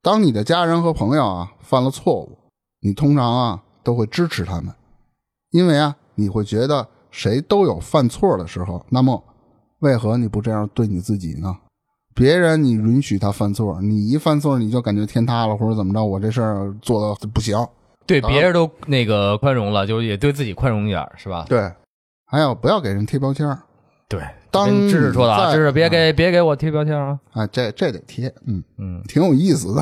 [SPEAKER 1] 当你的家人和朋友啊犯了错误，你通常啊都会支持他们，因为啊你会觉得谁都有犯错的时候。那么，为何你不这样对你自己呢？别人你允许他犯错，你一犯错你就感觉天塌了或者怎么着，我这事儿做的不行。
[SPEAKER 2] 对
[SPEAKER 1] 啊
[SPEAKER 2] 别人都那个宽容了，就也对自己宽容一点儿，是吧？
[SPEAKER 1] 对，还有不要给人贴标签儿，
[SPEAKER 2] 对，
[SPEAKER 1] 当
[SPEAKER 2] 真知识说的
[SPEAKER 1] 你
[SPEAKER 2] 啊，
[SPEAKER 1] 在
[SPEAKER 2] 知识别给别给我贴标签啊！
[SPEAKER 1] 啊，这这得贴，嗯
[SPEAKER 2] 嗯，
[SPEAKER 1] 挺有意思的。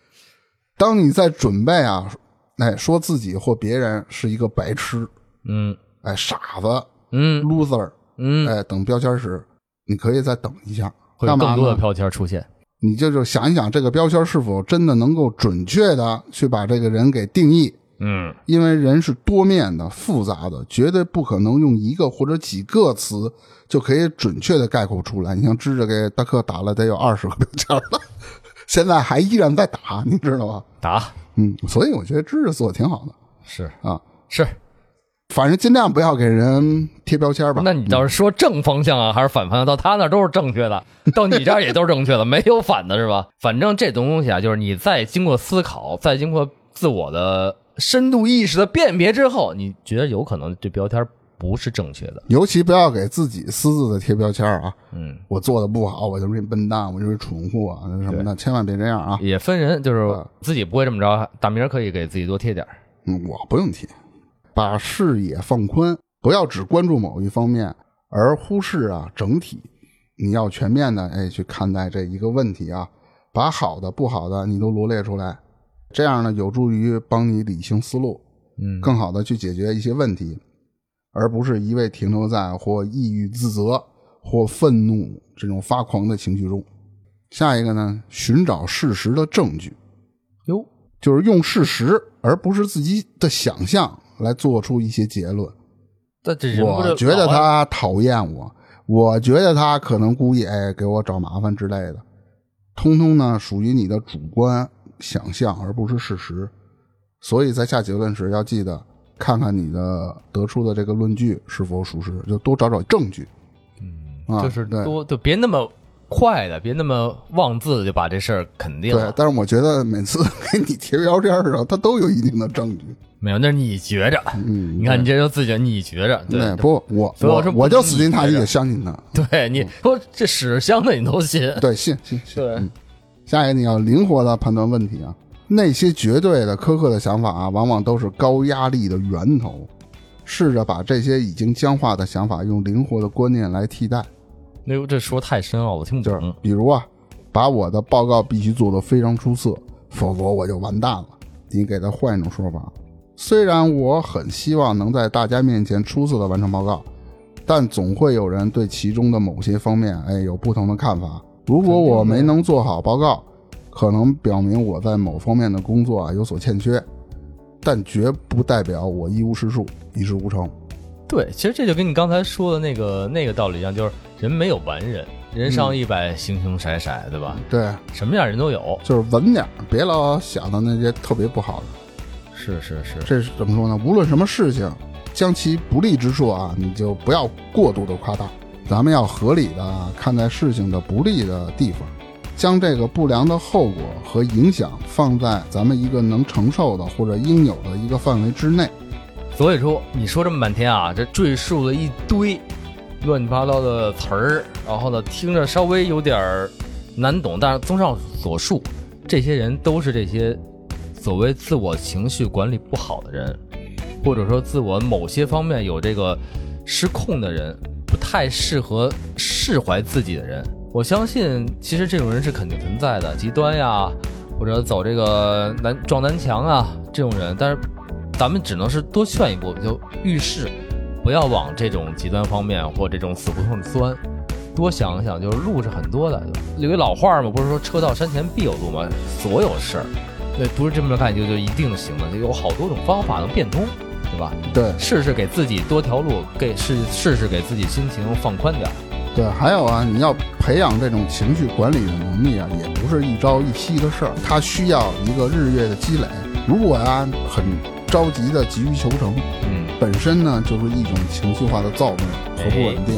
[SPEAKER 1] 当你在准备啊，哎，说自己或别人是一个白痴，
[SPEAKER 2] 嗯
[SPEAKER 1] 哎，傻子、
[SPEAKER 2] 嗯
[SPEAKER 1] loser，
[SPEAKER 2] 嗯，
[SPEAKER 1] 哎，等标签时，你可以再等一下，
[SPEAKER 2] 会有
[SPEAKER 1] 干嘛
[SPEAKER 2] 更多的
[SPEAKER 1] 呢？
[SPEAKER 2] 标签出现。
[SPEAKER 1] 你就就想一想，这个标签是否真的能够准确的去把这个人给定义？
[SPEAKER 2] 嗯，
[SPEAKER 1] 因为人是多面的、复杂的，绝对不可能用一个或者几个词就可以准确的概括出来。你像芝芝给大克打了得有二十个标签了， 现在还依然在打，你知道吗？
[SPEAKER 2] 答
[SPEAKER 1] 嗯，所以我觉得芝芝做的嗯挺好的，
[SPEAKER 2] 是
[SPEAKER 1] 啊
[SPEAKER 2] 是，
[SPEAKER 1] 反正尽量不要给人贴标签吧。
[SPEAKER 2] 那你倒是说正方向啊，还是反方向？到他那儿都是正确的，到你这儿也都是正确的， 没有反的是吧？反正这种东西啊，就是你再经过思考，再经过自我的深度意识的辨别之后，你觉得有可能这标签不是正确的。
[SPEAKER 1] 尤其不要给自己私自的贴标签儿啊！
[SPEAKER 2] 嗯，
[SPEAKER 1] 我做的不好，我就是一笨蛋，我就是蠢货啊，那什么的，千万别这样啊！
[SPEAKER 2] 也分人，就是
[SPEAKER 1] 啊
[SPEAKER 2] 自己不会这么着，大明儿可以给自己多贴点儿。
[SPEAKER 1] 嗯，我不用贴，把视野放宽，不要只关注某一方面，而忽视啊整体。你要全面的哎去看待这一个问题啊，把好的、不好的你都罗列出来，这样呢有助于帮你理清思路，
[SPEAKER 2] 嗯，
[SPEAKER 1] 更好的去解决一些问题，而不是一味停留在或抑郁、自责或愤怒这种发狂的情绪中。下一个呢，寻找事实的证据，
[SPEAKER 2] 哟，
[SPEAKER 1] 就是用事实而不是自己的想象来做出一些结论。
[SPEAKER 2] 但这人不是
[SPEAKER 1] 我觉得
[SPEAKER 2] 老啊
[SPEAKER 1] 他
[SPEAKER 2] 爱
[SPEAKER 1] 讨厌我，我觉得他可能故意哎给我找麻烦之类的，通通呢属于你的主观想象，而不是事实。所以在下结论时要记得看看你的得出的这个论据是否属实，就多找找证据。嗯，啊，
[SPEAKER 2] 就是
[SPEAKER 1] 对
[SPEAKER 2] 多就别那么快的，别那么妄自地就把这事儿肯定
[SPEAKER 1] 对
[SPEAKER 2] 了。，
[SPEAKER 1] 但是我觉得每次 给你贴标签的时候，他都有一定的证据。
[SPEAKER 2] 没有，那是你觉着。
[SPEAKER 1] 嗯，
[SPEAKER 2] 你看，你这就自己，你觉着，对
[SPEAKER 1] 对，不，我
[SPEAKER 2] 所以我
[SPEAKER 1] 我
[SPEAKER 2] 说不
[SPEAKER 1] 我就
[SPEAKER 2] 是
[SPEAKER 1] 死
[SPEAKER 2] 你
[SPEAKER 1] 心塌
[SPEAKER 2] 觉
[SPEAKER 1] 地
[SPEAKER 2] 着
[SPEAKER 1] 的相 信他。
[SPEAKER 2] 对，你说这屎香的你都信，
[SPEAKER 1] 对，信信信。
[SPEAKER 2] 对
[SPEAKER 1] 嗯下一个你要灵活的判断问题啊。那些绝对的苛刻的想法啊，往往都是高压力的源头。试着把这些已经僵化的想法用灵活的观念来替代，
[SPEAKER 2] 那呦这说太深奥，我听不
[SPEAKER 1] 就是
[SPEAKER 2] 懂。
[SPEAKER 1] 比如啊，把我的报告必须做得非常出色，否则我就完蛋了。你给他换一种说法。虽然我很希望能在大家面前出色的完成报告，但总会有人对其中的某些方面，哎，有不同的看法。如果我没能做好报告，可能表明我在某方面的工作啊有所欠缺，但绝不代表我一无是处、一事无成。
[SPEAKER 2] 对，其实这就跟你刚才说的那个那个道理一样，就是人没有完人，人上一百，形形色色，对吧？
[SPEAKER 1] 对，
[SPEAKER 2] 什么样人都有。
[SPEAKER 1] 就是稳点儿，别老想到那些特别不好的。
[SPEAKER 2] 是是是，
[SPEAKER 1] 这是怎么说呢？无论什么事情，将其不利之处啊，你就不要过度的夸大，咱们要合理的看待事情的不利的地方，将这个不良的后果和影响放在咱们一个能承受的或者应有的一个范围之内。
[SPEAKER 2] 所以说你说这么半天啊，这赘述了一堆乱七八糟的词儿，然后呢，听着稍微有点儿难懂，但是综上所述，这些人都是这些所谓自我情绪管理不好的人，或者说自我某些方面有这个失控的人，不太适合释怀自己的人。我相信，其实这种人是肯定存在的，极端呀，或者走这个南撞南墙啊这种人，但是咱们只能是多劝一步，就遇事不要往这种极端方面或这种死胡同里钻，多想想，就是路是很多的。有一老话嘛，不是说车到山前必有路吗？所有事儿，那不是这么着干就就一定行的，就有好多种方法能变通，对吧？
[SPEAKER 1] 对
[SPEAKER 2] 试试给自己多条路，给试试试给自己心情放宽点儿。
[SPEAKER 1] 对，还有啊，你要培养这种情绪管理的能力啊，也不是一朝一夕的事儿，它需要一个日月的积累。如果啊，很着急的急于求成，
[SPEAKER 2] 嗯，
[SPEAKER 1] 本身呢就是一种情绪化的躁动和不稳定。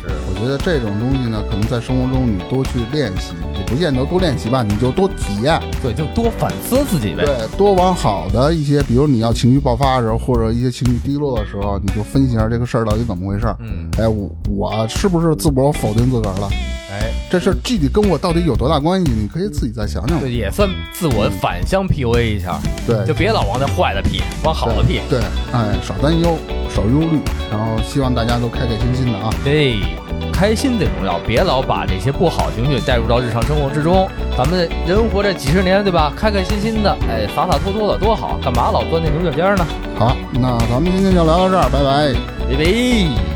[SPEAKER 2] 是
[SPEAKER 1] 我觉得这种东西呢，可能在生活中你多去练习，也不见得多练习吧，你就多体验，
[SPEAKER 2] 对，就多反思自己呗。
[SPEAKER 1] 对，多往好的一些，比如你要情绪爆发的时候，或者一些情绪低落的时候，你就分析一下这个事儿到底怎么回事儿。
[SPEAKER 2] 嗯，
[SPEAKER 1] 哎，我我是不是自我否定自个儿了？
[SPEAKER 2] 哎，
[SPEAKER 1] 这事儿具体跟我到底有多大关系？你可以自己再想想。
[SPEAKER 2] 对，也算自我反向 PUA 一下，
[SPEAKER 1] 嗯对，
[SPEAKER 2] 就别老往那坏的 P，往好的 P。
[SPEAKER 1] 对，哎，少担忧，少忧虑，然后希望大家都开开心心的啊。
[SPEAKER 2] 哎，开心最重要，别老把这些不好情绪带入到日常生活之中。咱们人活这几十年，对吧？开开心心的，哎，洒洒脱脱的多好，干嘛老钻那牛角尖儿呢？哎
[SPEAKER 1] 好，那咱们今天就聊到这儿，拜拜。
[SPEAKER 2] 拜拜。